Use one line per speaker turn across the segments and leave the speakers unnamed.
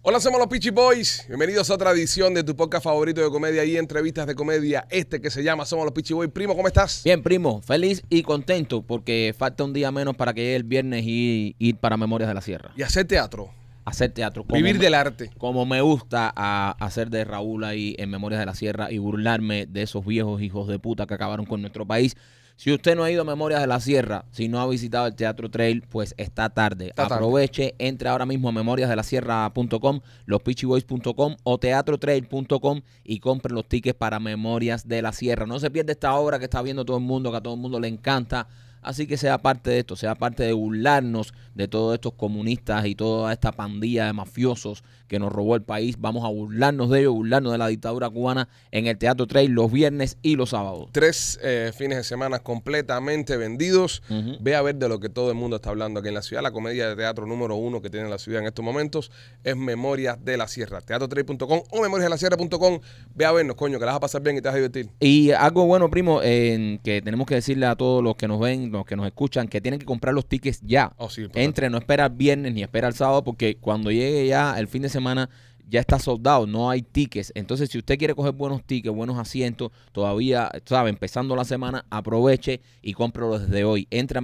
Hola, somos los Peachy Boys. Bienvenidos a otra edición de tu podcast favorito de comedia y entrevistas de comedia. Este que se llama Somos los Peachy Boys. Primo, ¿cómo estás?
Bien, primo, feliz y contento porque falta un día menos para que llegue el viernes y ir para Memorias de la Sierra.
Y hacer teatro.
Hacer teatro. como
Vivir
me-
del arte.
Como me gusta a- hacer de Raúl ahí en Memorias de la Sierra y burlarme de esos viejos hijos de puta que acabaron con nuestro país. Si usted no ha ido a Memorias de la Sierra, si no ha visitado el Teatro Trail, pues está tarde.
Está tarde.
Aproveche, entre ahora mismo a memoriasdelasierra.com, lospitchyboys.com o teatrotrail.com y compre los tickets para Memorias de la Sierra. No se pierda esta obra que está viendo todo el mundo, que a todo el mundo le encanta. Así que sea parte de esto, sea parte de burlarnos de todos estos comunistas y toda esta pandilla de mafiosos que nos robó el país. Vamos a burlarnos de ellos, burlarnos de la dictadura cubana en el Teatro Trail los viernes y los sábados.
Tres eh, fines de semana completamente vendidos.
Ujú.
Ve a ver de lo que todo el mundo está hablando aquí en la ciudad. La comedia de teatro número uno que tiene la ciudad en estos momentos es Memorias de la Sierra. Teatro3.com o memoriasdelasierra.com. Ve a vernos, coño, que la vas a pasar bien y te vas a divertir.
Y algo bueno, primo, en que tenemos que decirle a todos los que nos ven, los que nos escuchan, que tienen que comprar los tickets ya.
Oh, sí, importante.
Entre, no espera el viernes ni espera el sábado, porque cuando llegue ya el fin de semana ya está soldado, no hay tickets. Entonces, si usted quiere coger buenos tickets, buenos asientos, todavía, sabe, empezando la semana, aproveche y cómprelo desde hoy. Entra a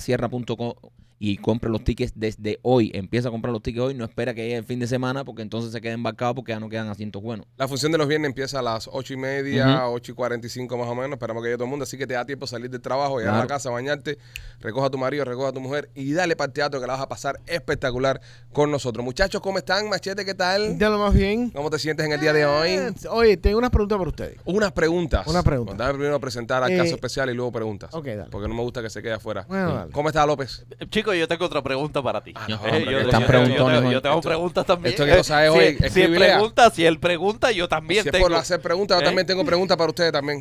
memoriasdelasierra.com y compre los tickets desde hoy. Empieza a comprar los tickets hoy, no espera que llegue el fin de semana, porque entonces se queda embarcado porque ya no quedan asientos buenos.
La función de los viernes empieza a las ocho y media, ocho y cuarenta y cinco más o menos. Esperamos que llegue todo el mundo, así que te da tiempo de salir del trabajo, llegar a la
Claro.
casa, bañarte, recoja a tu marido, recoja a tu mujer y dale para el teatro que la vas a pasar espectacular con nosotros. Muchachos, ¿cómo están? Machete, ¿qué tal?
Ya lo más bien.
¿Cómo te sientes en el día de hoy?
Oye, tengo unas preguntas para ustedes.
Unas preguntas.
Eh, Una pregunta.
Dame primero presentar al
Eh,
caso especial y luego preguntas.
ok, dale.
Porque no me gusta que se quede afuera.
Bueno, dale.
¿Cómo está López?
Chico, yo tengo otra pregunta para ti.
Ah, no,
Eh,
hombre,
yo,
que
yo-
están
yo-
preguntones
yo tengo-
hoy.
yo tengo preguntas también.
esto que no sabes hoy,
si, si él
escribilea.
pregunta, si él pregunta, yo también
si es
tengo.
por hacer preguntas, yo
¿Eh?
también tengo preguntas para ustedes también.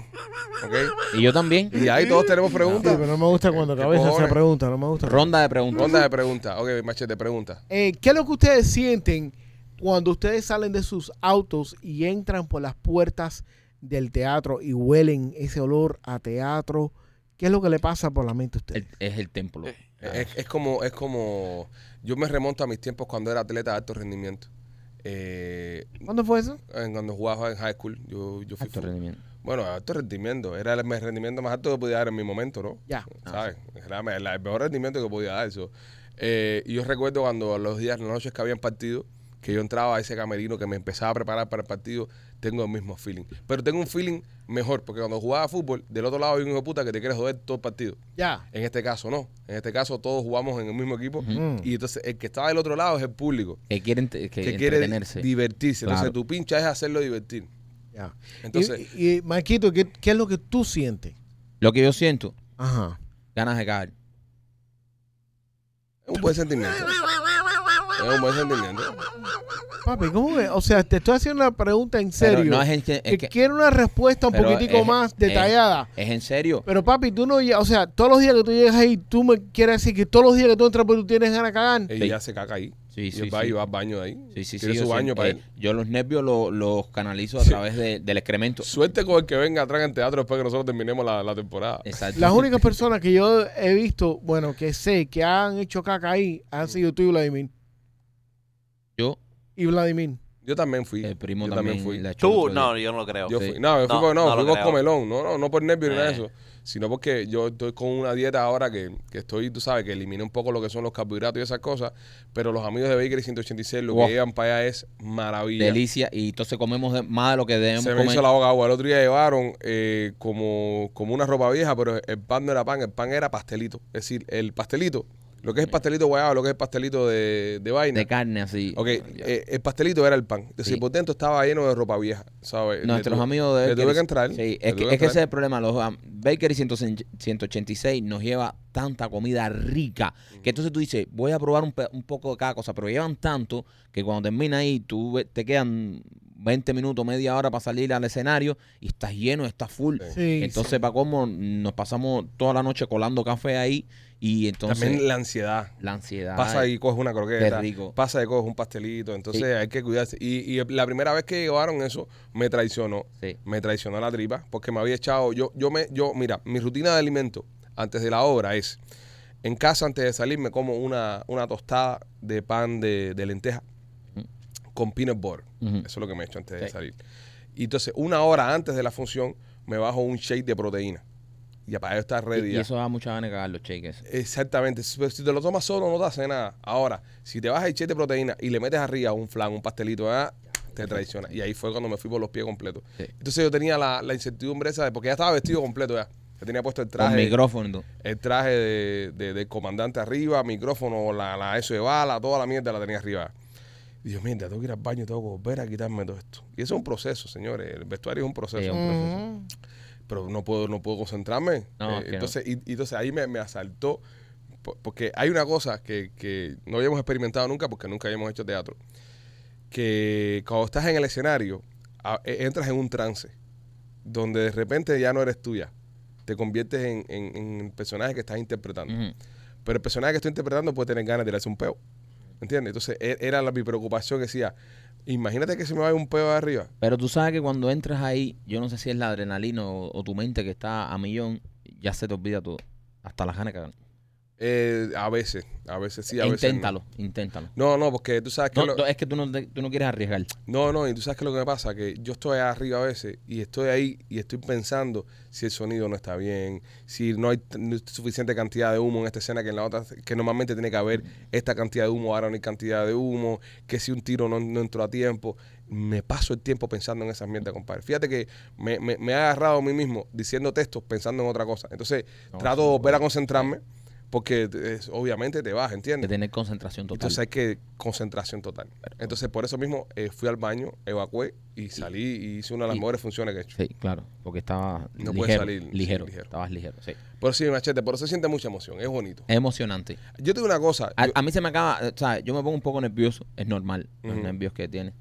¿Ok?
Y yo también.
Y ahí todos tenemos
Sí,
preguntas.
pero no me gusta cuando
¿Qué
cabeza
cojones?
se pregunta, no me gusta.
Ronda de preguntas.
Ronda de preguntas. Ok, Machete, pregunta.
Eh, ¿Qué es lo que ustedes sienten cuando ustedes salen de sus autos y entran por las puertas del teatro y huelen ese olor a teatro? ¿Qué es lo que le pasa por la mente a ustedes?
El- es el templo.
Eh, Es, es como, es como, yo me remonto a mis tiempos cuando era atleta de alto rendimiento. Eh,
¿Cuándo fue eso?
en- cuando jugaba en high school, yo, yo fui
Alto
fu-
rendimiento.
Bueno, alto rendimiento, era el me- rendimiento más alto que podía dar en mi momento, ¿no?
Ya.
¿Sabes?
Ah,
Era me- la- el mejor rendimiento que podía dar eso. Eh, y yo recuerdo cuando los días, las noches que habían partido, que yo entraba a ese camerino, que me empezaba a preparar para el partido, tengo el mismo feeling. Pero tengo un feeling mejor, porque cuando jugaba fútbol, del otro lado hay un hijo de puta que te quiere joder todo el partido.
Ya.
En este caso no. En este caso todos jugamos en el mismo equipo.
Ujú.
Y entonces el que está del otro lado es el público.
Que quieren que,
Que, quiere
entretenerse.
divertirse. Entonces
Claro.
tu pincha es hacerlo divertir.
ya.
Entonces-
y, y, Marquito, ¿qué, qué es lo que tú sientes?
Lo que yo siento,
Ajá.
ganas de caer.
Es un buen sentimiento. Es un buen sentimiento.
Papi, ¿cómo que? O sea, te estoy haciendo una pregunta en
Pero
serio.
no es en, es
que
que-
quiero una respuesta un
pero
poquitico
es-
más
es-
detallada.
es en serio.
Pero papi, tú no, lle- o sea, todos los días que tú llegas ahí, tú me quieres decir que todos los días que tú entras por tú tienes ganas de cagar.
Y
Sí.
ya se caca ahí.
Sí,
y
sí,
él va
sí.
y va al baño ahí.
Sí, sí,
Tiene
sí,
su
yo
baño
siento-
para
eh,
él.
Yo los nervios lo- los canalizo a
Sí.
través de- del excremento.
Suerte con el que venga atrás en teatro después que nosotros terminemos la, la temporada.
Exacto.
Las únicas personas que yo he visto, bueno, que sé que han hecho caca ahí, han sido tú y Vladimir.
Yo,
Y Vladimir.
Yo también fui.
el primo
yo
también,
fui.
la echó el
Tú,
otro
no,
día.
yo no lo creo.
Yo
Sí.
fui. No, yo fui
No,
porque- no,
no lo
fui por
creo.
comelón. No, no, no por nervio ni nada de
Eh.
eso. Sino porque yo estoy con una dieta ahora que, que estoy, tú sabes, que eliminé un poco lo que son los carbohidratos y esas cosas. Pero los amigos de Bakery 186 lo
Wow.
que llevan para allá es maravilla.
Delicia. Y entonces comemos de- más de lo que debemos
Se me
comer.
hizo la boca agua. El otro día llevaron eh, como, como una ropa vieja, pero el pan no era pan, el pan era pastelito. Es decir, el pastelito, lo que es el pastelito guayaba, lo que es el pastelito de, de vaina.
De carne así.
Ok,
Ah,
Ya.
eh, el pastelito era el pan. Es decir,
Sí.
por dentro estaba lleno de ropa vieja, ¿sabes? eh, Le
Nuestros
tuve-
amigos de
Le tuve
Bakery-
que entrar.
Sí,
le
es, que,
tuve
es que ese es
entrar.
el problema. Los um, Bakery 186 nos lleva tanta comida rica que entonces tú dices, voy a probar un, pe- un poco de cada cosa, pero llevan tanto que cuando termina ahí, tú ve- te quedan 20 minutos, media hora para salir al escenario y estás lleno, estás full.
Sí.
Sí.
Entonces, para cómo nos pasamos toda la noche colando café ahí y entonces
También
la,
la ansiedad.
ansiedad.
Pasa y coges una croqueta.
Qué rico.
Pasa y coges un pastelito. Entonces
Sí.
hay que cuidarse. Y, y la primera vez que llevaron eso, me traicionó.
Sí.
Me traicionó la tripa porque me había echado. Yo, yo me, yo, mira, mi rutina de alimento antes de la obra es: en casa, antes de salir, me como una, una tostada de pan de, de lenteja con peanut butter.
Ujú.
Eso es lo que me he hecho antes de
Mm. Sí.
salir. Y entonces, una hora antes de la función, me bajo un shake de proteína. Y para ello está ready.
Y, y
ya.
eso da mucha gana de cagar los cheques.
Exactamente. Si, pero si te lo tomas solo, no te hace nada. Ahora, si te vas a echar de proteína y le metes arriba un flan, un pastelito, ah, te traiciona. Y ahí fue cuando me fui por los pies completos.
Sí.
Entonces yo tenía la, la incertidumbre esa, de, porque ya estaba vestido completo ya. Ya tenía puesto el
Con
traje.
micrófono.
el traje de, de- del comandante arriba, micrófono, la, la eso de bala, toda la mierda la tenía arriba. Y yo, mierda, tengo que ir al baño, tengo que volver a quitarme todo esto. Y eso es un proceso, señores. El vestuario es un proceso
Sí, es un
Ujú.
pero no puedo, no puedo concentrarme.
No,
Eh,
es que no.
entonces, y, y entonces ahí me, me asaltó, po- porque hay una cosa que, que no habíamos experimentado nunca, porque nunca habíamos hecho teatro, que cuando estás en el escenario, a- e- entras en un trance, donde de repente ya no eres tuya, te conviertes en, en- en el personaje que estás interpretando.
Ujú.
Pero el personaje que estoy interpretando puede tener ganas de tirarse un peo. ¿Entiendes? Entonces e- era la, mi preocupación que decía, imagínate que se me vaya un peo de arriba.
Pero tú sabes que cuando entras ahí, yo no sé si es la adrenalina o, o tu mente que está a millón, ya se te olvida todo. Hasta las ganas de cagar.
Eh, a veces, a veces sí, a veces no.
inténtalo, inténtalo.
No, no, porque tú sabes que
No,
lo-
no, es que tú no, te- tú no quieres arriesgar.
no, no, y tú sabes que lo que me pasa que yo estoy arriba a veces y estoy ahí y estoy pensando si el sonido no está bien, si no hay t- no hay suficiente cantidad de humo en esta escena que en la otra que normalmente tiene que haber esta cantidad de humo, ahora no hay cantidad de humo, que si un tiro no, no entró a tiempo, me paso el tiempo pensando en esas mierdas, compadre. Fíjate que me, me, me he agarrado a mí mismo diciendo textos pensando en otra cosa. Entonces,
No,
trato
sí,
de volver a
sí.
concentrarme porque es- obviamente te vas,
De
¿entiendes?
tener concentración total.
Entonces hay que concentración total. Entonces por eso mismo eh, fui al baño, evacué y salí y hice una de las
y-
mejores funciones que he hecho.
sí, claro. Porque estaba
No puedes
ligero,
salir, sí,
ligero,
ligero.
Estabas ligero, sí.
Pero sí, machete, pero se siente mucha emoción, es bonito.
Es emocionante.
Yo te digo una cosa,
A,
yo-
a mí se me acaba, o sea, yo me pongo un poco nervioso, es normal, los
Ujú.
nervios que tiene.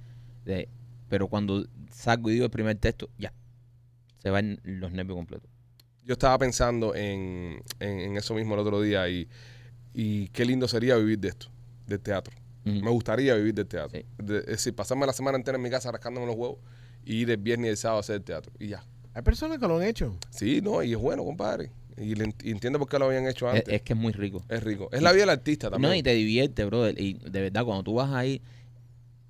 de- pero cuando salgo y digo el primer texto, ya. Se van los nervios completos.
yo estaba pensando en, en- en eso mismo el otro día y, y qué lindo sería vivir de esto, del teatro.
Ujú.
Me gustaría vivir del teatro.
Mm. Sí.
De- es decir, pasarme la semana entera en mi casa rascándome los huevos y ir el viernes y el sábado a hacer teatro. Y ya.
Hay personas que lo han hecho.
Sí, no, y es bueno, compadre. Y, le ent- y entiendo por qué lo habían hecho
es,
antes.
es que es muy rico.
Es rico. Es la vida del artista también.
No, y te divierte, brother. Y de verdad, cuando tú vas ahí,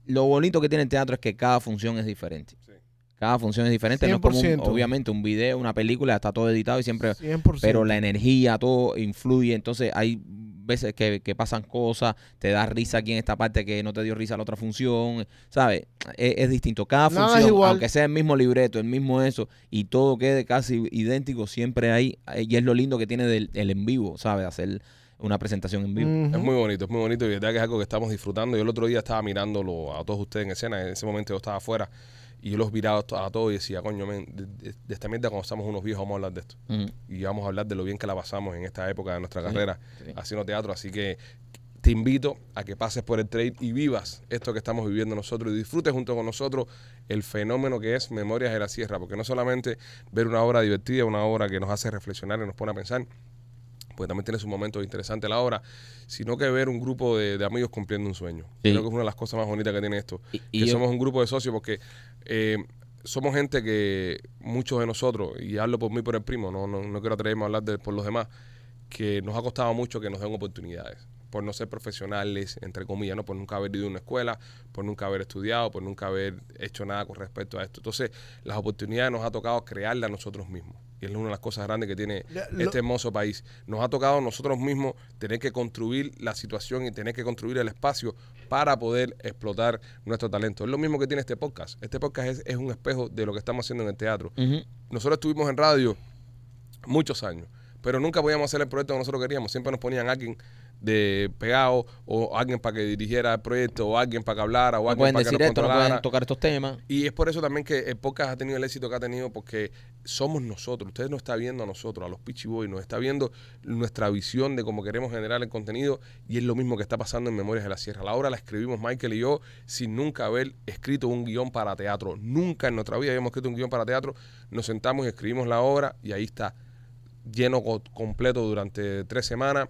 lo bonito que tiene el teatro es que cada función es diferente.
Sí.
Cada función es diferente. No es como, un-
100%.
obviamente, un video, una película, está todo editado y siempre...
100%.
Pero la energía, todo influye. Entonces, hay veces que, que pasan cosas, te da risa aquí en esta parte que no te dio risa en la otra función, ¿sabes? Es, es distinto. Cada
Nada es
función,
igual.
aunque sea el mismo libreto, el mismo eso, y todo quede casi idéntico, siempre hay. Y es lo lindo que tiene del, el en vivo, ¿sabes? Hacer una presentación en vivo.
Ujú.
Es muy bonito, es muy bonito y de verdad que es algo que estamos disfrutando. Yo el otro día estaba mirándolo a todos ustedes en escena, en ese momento yo estaba afuera y yo los miraba a to- a todos y decía, coño, men, de, de- de esta mierda cuando estamos unos viejos vamos a hablar de esto.
Ujú.
Y vamos a hablar de lo bien que la pasamos en esta época de nuestra
Sí,
carrera
sí.
haciendo teatro. Así que te invito a que pases por el trade y vivas esto que estamos viviendo nosotros y disfrutes junto con nosotros el fenómeno que es Memorias de la Sierra, porque no solamente ver una obra divertida, una obra que nos hace reflexionar y nos pone a pensar, porque también tiene sus momentos interesantes la obra, sino que ver un grupo de, de amigos cumpliendo un sueño.
Sí.
Creo que es una de las cosas más bonitas que tiene esto.
Y- y
que
yo-
somos un grupo de socios porque eh, somos gente que muchos de nosotros, y hablo por mí y por el primo, no, no, no quiero atreverme a hablar de- por los demás, que nos ha costado mucho que nos den oportunidades por no ser profesionales, entre comillas, ¿no? por nunca haber ido a una escuela, por nunca haber estudiado, por nunca haber hecho nada con respecto a esto. Entonces, las oportunidades nos ha tocado crearlas nosotros mismos. Y es una de las cosas grandes que tiene
Ya, lo-
este hermoso país. Nos ha tocado a nosotros mismos tener que construir la situación y tener que construir el espacio para poder explotar nuestro talento. Es lo mismo que tiene este podcast. Este podcast es, es un espejo de lo que estamos haciendo en el teatro.
Ujú.
Nosotros estuvimos en radio muchos años, pero nunca podíamos hacer el proyecto que nosotros queríamos. Siempre nos ponían alguien de pegado o alguien para que dirigiera el proyecto o alguien para que hablara o
No
alguien
pueden
para que
decir
nos
esto, no
controlara.
pueden tocar estos temas.
Y es por eso también que el podcast ha tenido el éxito que ha tenido, porque somos nosotros. Ustedes nos está viendo a nosotros, a los Pitchy Boys, nos está viendo nuestra visión de cómo queremos generar el contenido. Y es lo mismo que está pasando en Memorias de la Sierra. La obra la escribimos Michael y yo sin nunca haber escrito un guión para teatro. Nunca en nuestra vida habíamos escrito un guión para teatro. Nos sentamos y escribimos la obra y ahí está, lleno co- completo durante tres semanas.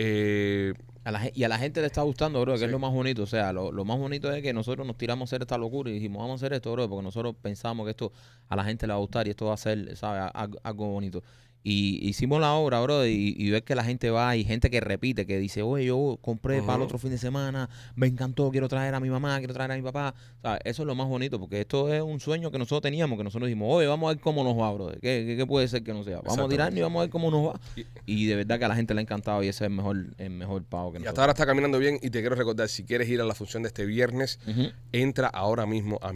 Eh,
A la, gen- y a la gente le está gustando, bro, que es
Sí.
lo más bonito. O sea, lo, lo más bonito es que nosotros nos tiramos a hacer esta locura y dijimos, vamos a hacer esto, bro, porque nosotros pensamos que esto a la gente le va a gustar y esto va a ser, ¿sabes? Algo, algo bonito. Y Y hicimos la obra, bro, y, y ves que la gente va y gente que repite, que dice, oye, yo compré para el
Ujú.
otro fin de semana, me encantó, quiero traer a mi mamá, quiero traer a mi papá. ¿Sabes? Eso es lo más bonito, porque esto es un sueño que nosotros teníamos, que nosotros dijimos, oye, vamos a ver cómo nos va, bro. ¿Qué, qué, qué puede ser que no sea? Vamos a
Exactamente.
tirarnos y vamos a ver cómo nos va. Y de verdad que a la gente le ha encantado y ese es el mejor, el mejor pago que
Y
nos
hasta ahora está caminando bien y te quiero recordar, si quieres ir a la función de este viernes, entra ahora mismo a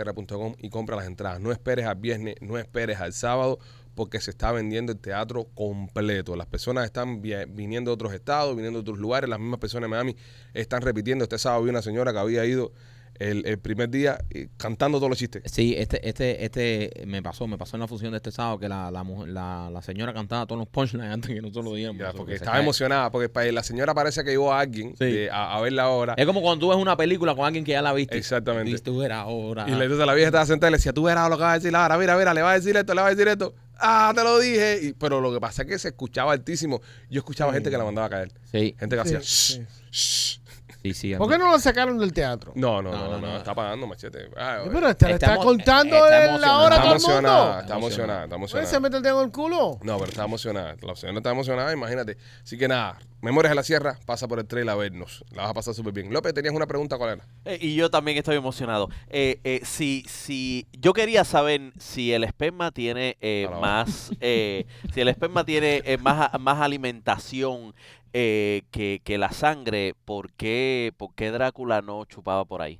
memoriasdelasierra.com y compra las entradas. No esperes al viernes, no esperes al sábado, porque se está vendiendo el teatro completo. Las personas están vi- viniendo de otros estados, viniendo de otros lugares, las mismas personas de Miami están repitiendo. Este sábado vi una señora que había ido el, el primer día eh, cantando todos los chistes.
Sí, este, este, este me pasó, me pasó en la función de este sábado que la, la, mujer- la, la señora cantaba todos los punchlines antes que nosotros lo diéramos.
Ya,
Eso
porque
que se
estaba
cae.
emocionada, porque pa- la señora parece que llevó a alguien
Sí.
de- a, a verla ahora.
Es como cuando tú ves una película con alguien que ya la viste.
Exactamente.
Viste, tú era ahora.
Y la- entonces la vieja estaba sentada y le decía, tú verás lo que vas a decir ahora, mira, mira, le vas a decir esto, le vas a decir esto. Ah, te lo dije. Y- pero lo que pasa es que se escuchaba altísimo. Yo escuchaba gente que la mandaba a caer.
Sí,
Gente que
Sí,
hacía,
sí.
"Shh, shh".
sí, sí.
¿Por qué no lo sacaron del teatro?
No, no, no,
No,
no,
no, no.
está pagando machete. Ay,
Sí,
oye.
Pero este le está,
Estamos-
contando
está
en la hora a
está
todo el
emocionada,
mundo.
está emocionada, está
Oye, se
emocionada.
mete el dedo en el culo.
No, pero está emocionada. La señora está emocionada, imagínate. Así que nada, Memorias de la Sierra, pasa por el trail a vernos. La vas a pasar súper bien. López, tenías una pregunta, ¿cuál era?
Eh, y yo también estoy emocionado. Eh, eh, si, si, yo quería saber si el esperma tiene eh,
Alabado.
más, eh, si el esperma tiene eh, más, a- más alimentación eh, que, que la sangre, ¿por qué, por qué Drácula no chupaba por ahí?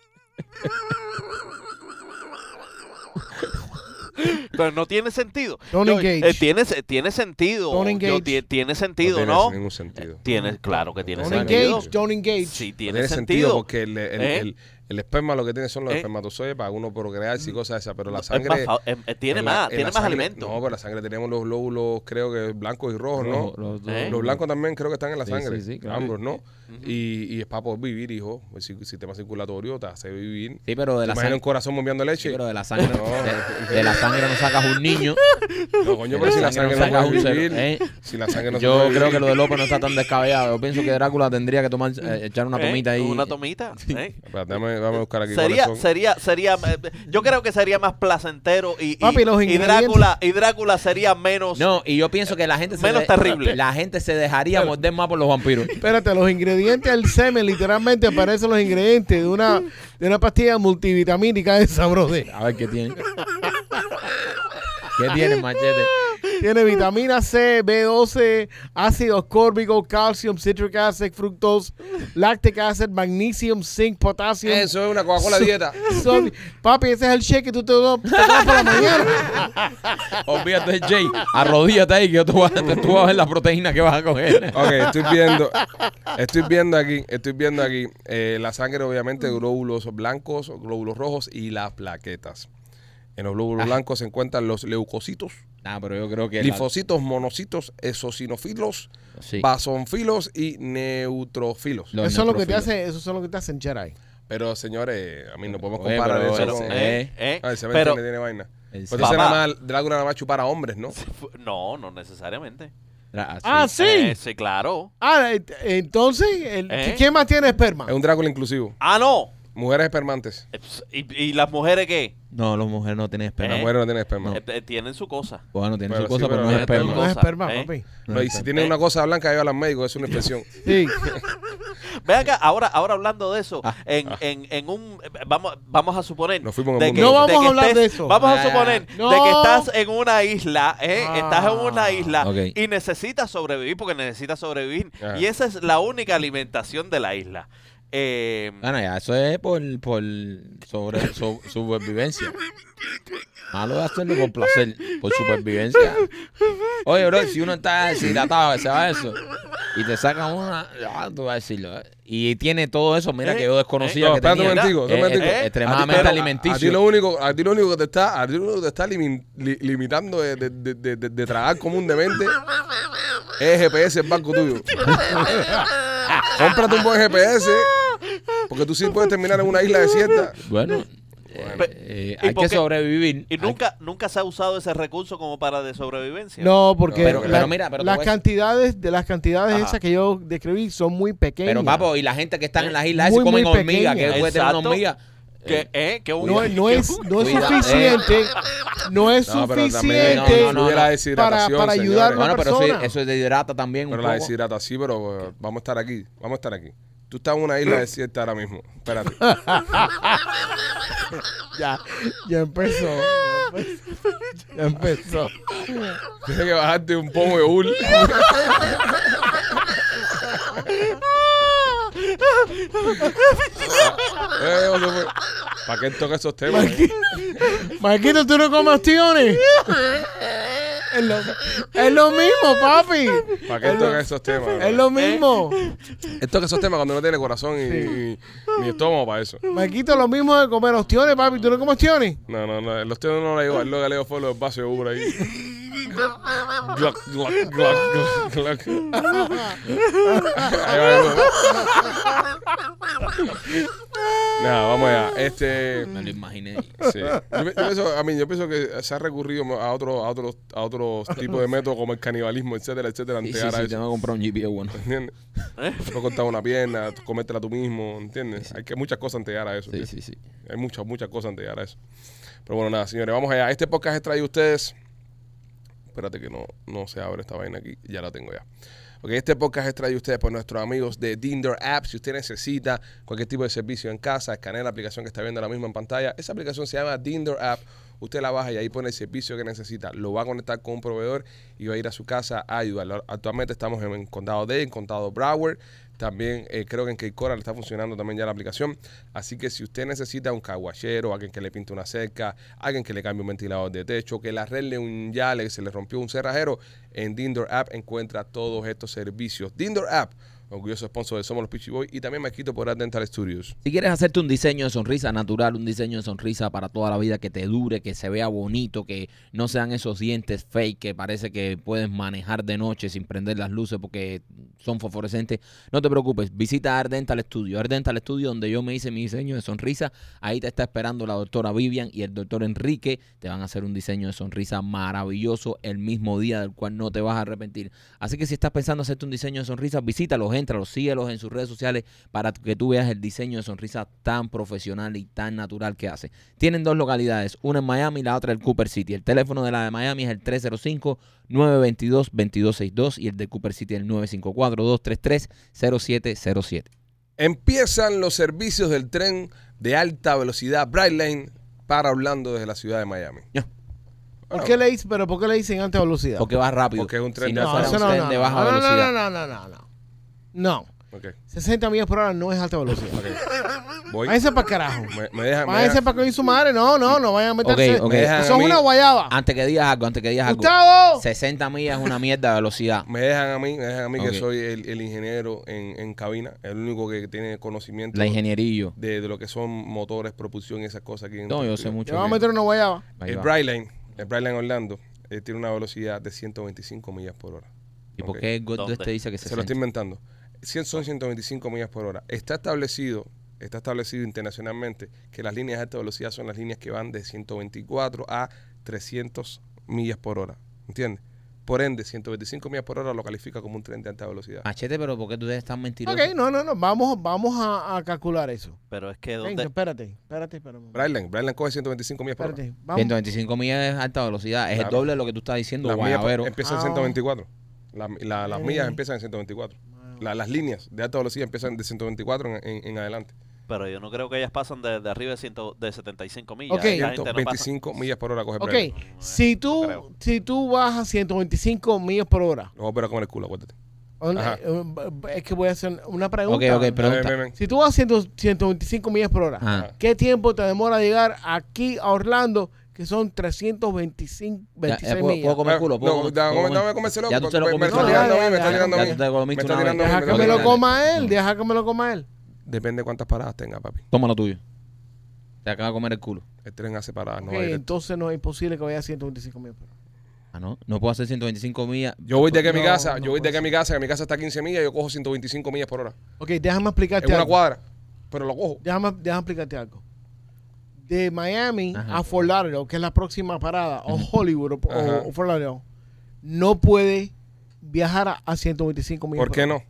Pero no tiene sentido.
Don't
Yo- eh,
engage.
tiene, se- tiene sentido.
Don't
Yo-
engage.
ti- tiene sentido,
tiene
¿no?
ningún sentido.
Tiene, claro que tiene
No
Don't
sentido.
engage, don't engage.
Sí,
No
tiene sentido.
porque el, el-
¿Eh?
el- el esperma lo que tiene son los
¿Eh?
espermatozoides para uno procrearse y cosas esas, pero
No,
la
es
sangre...
más fa- es- es- tiene
en la-
más,
en
tiene
la
más
sangre-
alimento.
No, pero en la sangre tenemos los glóbulos, creo que blancos y rojos, ¿no?
Los, los-
¿Eh?
Los blancos también creo que están en la
Sí,
sangre.
sí, sí, claro.
Ambos, ¿no? y, y es para poder vivir, hijo. El si- sistema circulatorio te hace vivir.
Sí, pero de
¿Te
la
imaginas
sangre.
un corazón bombeando
sí,
leche?
pero de la sangre.
No.
de, de la sangre no sacas un niño.
No, coño,
de
pero si la
no
sangre no
sacas un
puede
ser-
vivir.
¿eh?
Si la sangre no se
Yo
puede
creo
vivir.
que lo de López no está tan descabellado. Yo pienso que Drácula tendría que tomar,
Mm.
eh, echar una
¿Eh?
tomita ahí.
Una tomita. ¿eh?
Espérate, dame, dame a buscar aquí
Sería,
cuáles son.
sería, sería, eh, yo creo que sería más placentero y, y-
Papi, los
y
ingredientes.
Drácula, y Drácula sería menos.
No, y yo pienso que la gente se
Menos terrible.
La gente se dejaría morder más por los vampiros.
Espérate, los ingredientes del semen literalmente aparecen los ingredientes de una, de una pastilla multivitamínica esa, brother.
A ver qué tiene. ¿Qué tiene, machete?
Tiene vitamina C, B12, ácido córbico, calcium, citric acid, fructose, lactic acid, magnesium, zinc, potasio.
Eso es una Coca-Cola dieta.
sodio. Papi, ese es el shake que tú te to- te tomas por la mañana.
Olvídate, Jay. Arrodíllate ahí que yo te voy a, te- tú vas a ver la proteína que vas a coger.
Ok, estoy viendo, estoy viendo aquí, estoy viendo aquí eh, la sangre, obviamente, glóbulos blancos, glóbulos rojos y las plaquetas. En los
Ah.
glóbulos blancos se encuentran los leucocitos,
Nah, pero yo creo que. la-
linfocitos, monocitos, eosinófilos,
Sí.
basófilos y neutrofilos.
Los
Eso es lo que te
neutrófilos.
hace, eso es lo que te hacen Cheray.
Pero señores, a mí no podemos
Oye,
comparar
pero-
eso
pero,
sí.
con.
eh,
eh, eh,
Ay, se me
pero-
entiende, tiene vaina.
El-
Pues entonces
Papá.
nada más, Drácula nada más chupar a hombres, ¿no?
no, no necesariamente.
Ah, sí.
Ah, sí.
Eh, sí, claro.
Ah, eh, entonces, el-
¿Eh?
¿quién más tiene esperma?
Es un Drácula inclusivo.
Ah, no.
Mujeres espermantes.
Eh, ps- ¿Y, y las mujeres qué?
No, las mujeres no tienen esperma.
Las
Eh.
mujeres no tienen esperma.
Eh, eh, tienen su cosa.
Bueno, tienen
Pero
su cosa,
sí,
pero
pero
no es
no-
esperma.
No es esperma,
¿Eh?
papi.
No, y si
tiene
tienen una cosa blanca, lleva a los médicos, es una infección.
Sí.
Ve acá, ahora, ahora hablando de eso,
Ah,
en, en, en un eh, vamos, vamos a suponer
Nos fuimos en
de
un
que-
mundo. No
vamos
que
a hablar
estés-
de eso.
Vamos
Ah,
a suponer
no.
de que estás en una isla, ¿eh?
Ah.
estás en una isla
Ok.
y necesitas sobrevivir porque necesitas sobrevivir
Ajá.
y esa es la única alimentación de la isla. Eh,
Bueno, ya, eso es por, por sobre, so- supervivencia. Malo de hacerlo por placer, por supervivencia. Oye, bro, si uno está deshidratado, que se va eso, y te sacan una, ya, tú vas a decirlo. eh. Y tiene todo eso, mira que yo desconocía
No, Eh,
que
espérate un
tenía.
momentico,
Eh,
un momentico.
eh, extremadamente
Pero-
A ti lo
alimenticio.
único, a ti lo único que te está, a ti lo único que te está limin- li- limitando de, de, de, de, de- de tragar como un demente es GPS el banco tuyo. Cómprate un buen GPS. Porque tú sí puedes terminar en una isla desierta.
Bueno, eh,
Pe-
eh,
¿y
hay
por
que
qué?
sobrevivir.
y nunca, nunca se ha usado ese recurso como para de sobrevivencia.
No, porque
Pero-
la-
pero
mira, pero te
las
voy a decir-
cantidades de las cantidades
Ajá.
esas que yo describí son muy pequeñas.
Pero papo, y la gente que están en las islas esas
Muy,
comen
muy
hormigas, que
pequeña.
puede tener una
Exacto.
hormiga.
¿Qué, eh? ¿Qué un-
No, es- no es, no es
Cuidado. eh.
suficiente. No es
No, pero también
No,
suficiente.
no, no,
incluye la
no.
deshidratación,
Para- para
señores.
ayudar una
Bueno, pero eso,
persona.
eso deshidrata también
Pero
un
la
poco.
deshidrata sí, pero eh, vamos a estar aquí. Vamos a estar aquí. Tú estás en una isla desierta ahora mismo. Espérate.
Ya, ya empezó. ya empezó, Ya empezó.
Tienes que bajarte un pomo de hul. Eh, ¿Para qué toca esos temas? eh?
Marquito, tú no comas tiones. Es lo, es lo mismo, papi.
¿Para qué toca esos temas?
Es
Eh.
lo mismo.
Él toca esos temas cuando no tiene corazón y, y- ni estómago para eso.
Marquito, lo mismo de comer ostiones, papi. ¿Tú no comes ostiones?
No, no, no. Los temas no le digo. Él lo que le digo fue los vasos de ubre ahí. Glock, glock, glock, glock, glock. Ahí va, ahí va. Nada, vamos allá. Este...
Me lo imaginé.
Sí. Yo, pi- yo pienso, a mí, yo pienso que se ha recurrido a otros a otros a otros tipos de métodos como el canibalismo, etcétera, etcétera,
Sí,
antes
sí,
ahora
sí,
eso,
tengo que comprar un GPU bueno.
¿entiendes?
¿Eh?
Te puedes cortar una pierna, tú comértela tú mismo, ¿entiendes? Hay que muchas cosas antes de llegar a eso.
Sí,
¿entiendes?
sí, sí.
Hay muchas, muchas cosas antes de llegar a eso. Pero bueno, nada, señores, vamos allá. Este podcast es traído a ustedes. Espérate que no, no se abre esta vaina aquí. Ya la tengo ya. Ok, este podcast es traído a ustedes por nuestros amigos de Dinder App. Si usted necesita cualquier tipo de servicio en casa, escanea la aplicación que está viendo ahora mismo en pantalla. Esa aplicación se llama Dinder App. Usted la baja y ahí pone el servicio que necesita. Lo va a conectar con un proveedor y va a ir a su casa a ayudarlo. Actualmente estamos en, el Condado D, en Condado Broward. También eh, creo que en Cape Coral está funcionando también ya la aplicación. Así que si usted necesita un caguachero, alguien que le pinte una cerca, alguien que le cambie un ventilador de techo, que le arregle un yale, que se le rompió un cerrajero, en Dindor App encuentra todos estos servicios. Dindor App, orgulloso sponsor de Somos los Pitchy Boys y también me quito por Art Dental Studios.
Si quieres hacerte un diseño de sonrisa natural, un diseño de sonrisa para toda la vida que te dure, que se vea bonito, que no sean esos dientes fake que parece que puedes manejar de noche sin prender las luces porque son fosforescentes, no te preocupes, visita Ardental Studio. Ardental Studio, donde yo me hice mi diseño de sonrisa, ahí te está esperando la doctora Vivian y el doctor Enrique. Te van a hacer un diseño de sonrisa maravilloso el mismo día, del cual no te vas a arrepentir. Así que si estás pensando hacerte un diseño de sonrisa, visítalos, entralos, síguelos en sus redes sociales para que tú veas el diseño de sonrisa tan profesional y tan natural que hace. Tienen dos localidades, una en Miami y la otra en Cooper City. El teléfono de la de Miami es el 305-922-2262 y el de Cooper City el 954-233-0707.
Empiezan los servicios del tren de alta velocidad Brightline para Orlando desde la ciudad de Miami. Ah,
¿Por qué le dicen, pero por qué le dicen alta velocidad?
Porque va rápido.
Porque es un tren
Si
de
no
alta
fuera
velocidad.
un tren de baja
no, no,
velocidad.
No, no, no, no, no. No.
Ok,
60 millas por hora no es alta velocidad.
ok. Voy.
Váyanse para carajo.
Me, me deja- me
Váyanse
deja-
para que su madre. No, no, no vayan a meterse.
Ok, ok.
Eso es una guayaba.
Antes que digas algo, antes que digas algo.
Gustavo.
60 millas es una mierda de velocidad.
me dejan a mí, me dejan a mí
Ok.
que soy el, el ingeniero en, en cabina, el único que tiene conocimiento
La ingenierillo.
de, de lo que son motores, propulsión y esas cosas aquí en
No,
este
yo sé
estudio.
Te
mucho.
van a
que-
meter una guayaba.
Ahí
El
va.
Brightline, el Brightline Orlando, eh, tiene una velocidad de 125 millas por hora.
¿Y por
Ok.
qué el gordo
¿Dónde?
este dice que
Se lo
60?
estoy inventando. Cien- son 125 millas por hora. Está establecido, está establecido internacionalmente que las líneas de alta velocidad son las líneas que van de 124 a 300 millas por hora. ¿Entiendes? Por ende, 125 millas por hora lo califica como un tren de alta velocidad.
Machete, pero ¿por qué tú eres tan mentiroso?
Ok, no, no, no. Vamos, vamos a, a calcular eso.
Pero es que
Venga,
¿dónde?
espérate, espérate, espérame.
Brightline, Brightline coge 125 millas por hora.
Espérate, vamos.
125 millas es alta velocidad, es el
Claro.
doble de lo que tú estás diciendo,
Las millas
guayabero.
empiezan en
Ah.
124. La- la- las
Eh.
millas empiezan en 124. La- las líneas de alta velocidad empiezan de 124 en, en- en adelante.
Pero yo no creo que ellas pasan de, de arriba de, ciento, de 75 millas.
Ok.
Esta gente no pasa.
125 millas por hora coge el
Ok,
Brightline.
si tú,
creo.
si tú vas a 125 millas por hora,
Lo voy a operar con el culo, acuérdate. Ajá.
eh, es que voy a hacer una pregunta.
Ok, ok,
Ven,
pregunta.
ven, ven.
Si tú vas a 100 125 millas por hora,
Ajá.
¿qué tiempo te demora llegar aquí a Orlando, que son 325
Ya, ya
26
puedo,
millas?
puedo comer
Ah, No,
culo, puedo
no,
comer-
da-
puedo comer-
dame a comérselo,
Ya tú te lo
me- me
comiste
está
una
tirando
vez.
a mí, me está
Ya-
tirando a
ya
mí.
tú te lo comiste
Me está
una vez.
tirando a mí,
Deja que
Ok,
me lo
dale.
coma él,
No.
deja que me lo coma él.
Depende de cuántas paradas tenga, papi.
Toma lo tuyo. Te acaba de comer el culo.
El tren hace paradas, no
Ok,
va directo.
entonces no es imposible que vaya a 125 millas por hora.
Ah, no. No puedo hacer 125 millas.
Yo voy de aquí a mi
No,
casa,
no
yo voy de
puede
aquí a mi casa, que mi casa está a 15 millas, yo cojo 125 millas por hora.
Ok, déjame
En
explicarte
una
algo.
cuadra, pero lo cojo.
Déjame, déjame explicarte algo. De Miami
Ajá.
a Fort Lauderdale, que es la próxima parada, o Hollywood o,
Ajá.
o Fort Lauderdale, no puede viajar a, a 125 millas
¿Por qué no?
hora.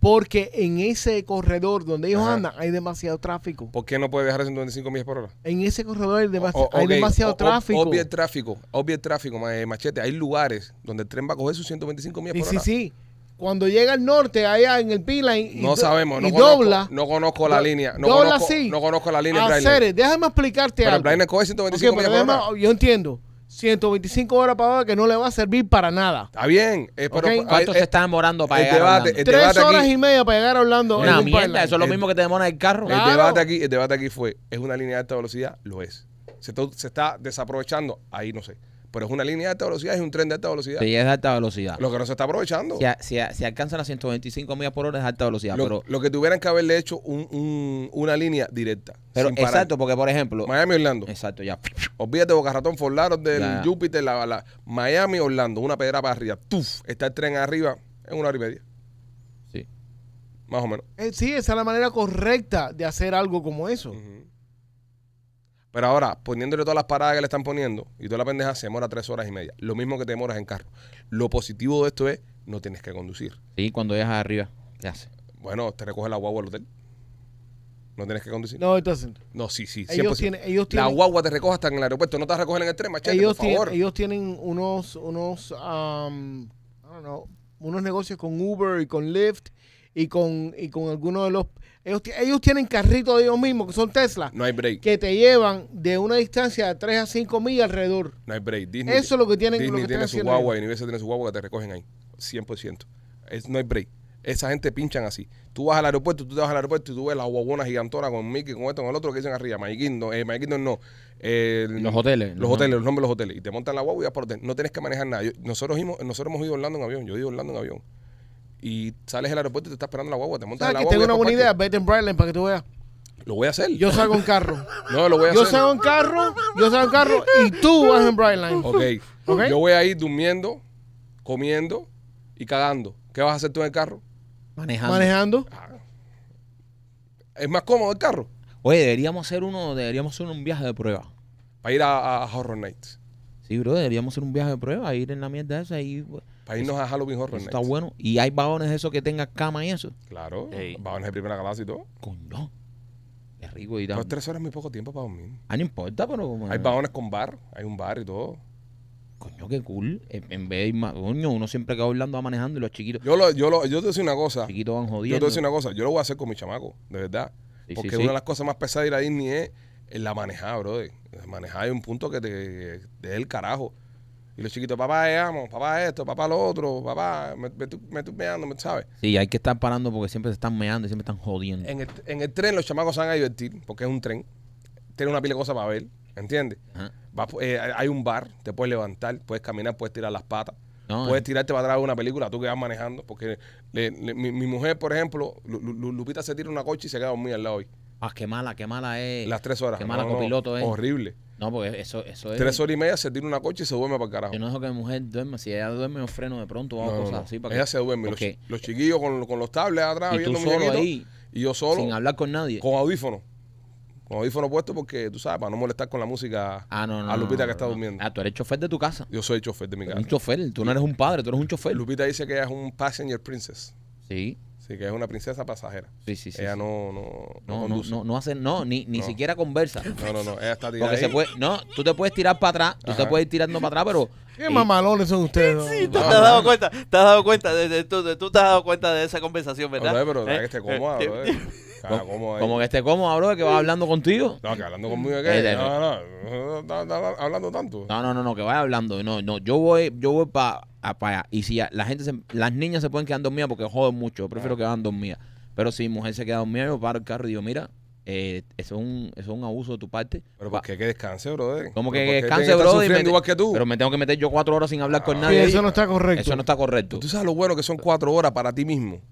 Porque en ese corredor donde ellos
Ajá.
andan hay demasiado tráfico.
¿Por qué no puede viajar a 125 millas por hora?
En ese corredor hay, demasi-
O-
hay
ok,
demasiado
o- o-
tráfico.
Obvia el tráfico, obvia el tráfico, ma- eh, machete. Hay lugares donde el tren va a coger sus 125 millas
Sí,
por
sí,
hora.
sí. Cuando llega al norte, allá en el P-Line, y
No
do-
sabemos, no,
y
conozco,
dobla,
no conozco la
do-
línea. No
dobla
conozco,
así.
no conozco la línea
a
Braille.
Ceres, déjame explicarte
Pero el
algo.
Braille coge
Ok,
125
pero
millas por hora.
déjame- yo entiendo. 125 horas para hora que no le va a servir para nada.
Está bien. eh, pero,
Ok.
eh,
¿Cuánto
eh,
se está demorando para
el
llegar? a
debate-
Orlando?
el
Tres
debate
horas
aquí-
y media para llegar a Orlando.
Una
en un
mierda,
pipeline.
eso es lo
el-
mismo que te demora el carro.
El
Claro.
debate aquí, el debate aquí fue, ¿es una línea de alta velocidad? Lo es. Se, to- se está desaprovechando, ahí no sé. Pero es una línea de alta velocidad, es un tren de alta velocidad.
Sí, es de alta velocidad.
Lo que no se está aprovechando.
Si, a- si, a- si alcanzan las 125 millas por hora es alta velocidad.
lo,
pero
lo que tuvieran que haberle hecho un- un- una línea directa.
pero
sin parar.
exacto, porque por ejemplo.
Miami Orlando.
Exacto, ya.
Olvídate Boca Ratón, Fort Lauderdale,
Ya.
Júpiter, la, la- Miami, Orlando, una pedra para arriba. Tuf, está el tren arriba en una hora y media,
Sí.
más o menos.
Eh, sí, esa es la manera correcta de hacer algo como eso.
Ujú. Pero ahora, poniéndole todas las paradas que le están poniendo y toda la pendeja, se demora tres horas y media. Lo mismo que te demoras en carro. Lo positivo de esto es, no tienes que conducir.
Sí, cuando llegas arriba. ¿Qué hace?
Bueno, te recoge la guagua al hotel. No tienes que conducir. No,
No, entonces.
sí, sí. 100%.
Ellos tienen, ellos
la
tienen,
guagua te recoge hasta en el aeropuerto. No te vas a recoger en el tren, machete,
ellos
por favor.
tienen, ellos tienen unos, unos, am, I don't know, unos negocios con Uber y con Lyft y con, y con algunos de los. Ellos, ti- ellos tienen carritos de ellos mismos, que son Tesla,
No hay break.
que te llevan de una distancia de 3 a 5 millas alrededor.
No hay break. Disney,
Eso es lo que tienen. lo
Disney
que
tiene
están
su
haciendo
guagua,
ellos.
Universal tiene su guagua que te recogen ahí. 100%. Es, no hay break. Esa gente pinchan así. Tú vas al aeropuerto, tú te vas al aeropuerto y tú ves las guaguonas gigantonas con Mickey, con esto, con el otro que dicen arriba. My Kingdom, eh, My Kingdom no. Eh, el-
Los hoteles.
Los hoteles, los nombres de los hoteles. Y te montan la guagua y vas por hotel. No tienes que manejar nada. Yo- nosotros, hemos, nosotros hemos ido a Orlando en avión. Yo he ido a Orlando en avión. Y sales del aeropuerto y te está esperando la guagua. Te montas en
¿Sabes
la
que
guagua.
tengo
y
una
vas
buena
pa'l
idea?
parque.
Vete en Brightline para que tú veas.
Lo voy a hacer.
Yo salgo en carro.
no, lo voy a
yo
hacer.
salgo en carro, yo salgo en carro y tú vas en Brightline.
Ok.
Ok.
Yo voy a ir durmiendo, comiendo y cagando. ¿Qué vas a hacer tú en el carro?
Manejando.
Manejando.
Es más cómodo el carro
Oye, deberíamos hacer uno, deberíamos hacer un viaje de prueba.
para ir a, a Horror Nights.
Sí, bro, deberíamos hacer un viaje de prueba, ir en la mierda esa y eso
Para irnos a Halloween Horror Nights.
está bueno. Y hay vagones esos que tengan cama y eso.
Claro.
Ey.
Vagones de primera clase y todo.
Coño. Qué rico ir a...
Dos, tres horas es muy poco tiempo para dormir.
Ah, no importa, pero como...
Hay vagones con bar. Hay un bar y todo.
Coño, qué cool. En en vez de ir más... Coño, uno siempre queda hablando, va manejando y los chiquitos...
Yo, lo, yo, lo, yo te voy a decir una cosa.
Los chiquitos van
Yo te
jodiendo.
voy a decir una cosa. Yo lo voy a hacer con mi chamaco, de verdad.
Sí,
Porque
sí,
una
sí.
de las cosas más pesadas de ir a Disney es es la manejada, brother. La manejada hay un punto que te que te es el carajo. Y los chiquitos, papá, eh, amo, papá esto, papá lo otro, papá, me, me, tú- me estoy meando, me- ¿sabes?
Sí, hay que estar parando porque siempre se están meando y siempre están jodiendo.
En el, en el tren los chamacos se van a divertir, porque es un tren. Tiene una pila de cosas para ver, ¿entiendes?
Ajá.
Vas por- eh, hay un bar, te puedes levantar, puedes caminar, puedes tirar las patas.
No,
Puedes
eh.
tirarte para atrás de una película, tú que vas manejando. Porque le- le- mi, mi mujer, por ejemplo, Lu- Lu- Lupita se tira una coche y se queda dormida al lado hoy.
Ah, qué mala, qué mala es.
Las tres horas.
Eh, Qué mala
No, no,
copiloto eh. es.
Horrible.
No, porque eso, eso es...
Tres horas y media se tira una coche y se duerme para el carajo.
Yo no dejo que mi mujer duerma. Si ella duerme, yo freno de pronto o
No,
hago
no,
cosas
no.
así. Para
Ella
que-
se duerme. Los,
Porque
chi- los chiquillos con, con los tablets atrás
Y tú
viendo
solo
muñequitos,
ahí,
Y yo solo.
sin hablar con nadie.
Con audífono. Con audífono puesto porque tú sabes, para no molestar con la música
Ah, no, no.
a Lupita
no,
que está
no.
durmiendo.
Ah, tú eres chofer de tu casa.
Yo soy el chofer de mi
Eres
casa.
Un chofer. Tú no eres un padre, tú eres un chofer.
Lupita dice que ella es un passenger princess.
Sí,
Así que es una princesa pasajera.
sí, sí. sí,
ella
sí.
no, no, no
No, no,
conduce. No,
no, no hace, no, ni, ni
No.
siquiera conversa.
no, no, Ella está tirada
Porque se
ahí.
puede, no, tú te puedes tirar para atrás, tú te
Ajá.
puedes ir tirando para atrás, pero
Qué
y-
mamalones son ustedes. ¿no?
Sí, tú te has dado cuenta, te has dado cuenta, de, de- tú, de- tú te has dado cuenta de esa conversación,
No,
¿verdad?
no, pero
Eh,
que esté cómoda,
eh,
bro.
te-
Cara, cómoda ahí.
como que esté cómodo, bro, que va hablando contigo.
No, que hablando conmigo
Eh,
que
de-
no, no, no, no, no, no, hablando tanto.
No, no, no, no, que vaya hablando. No, no, yo voy, yo voy para allá. Y si a- la gente, se- las niñas se pueden quedar dormidas porque joden mucho. Yo
Ah.
prefiero que van dormidas. Pero si mi mujer se queda dormida, yo paro el carro y digo, mira, eh, eso, es un, eso es un abuso de tu parte.
Pero
Va-
¿por qué que descanse, brother? ¿Pero
Como que
por qué tiene
descanse,
estar
bro. y
sufriendo
me-
igual que tú.
Pero me tengo que meter yo cuatro horas sin hablar con
Ah.
Sí,
nadie.
eso no está correcto.
Eso no está correcto.
Tú sabes lo bueno que son cuatro horas para ti mismo.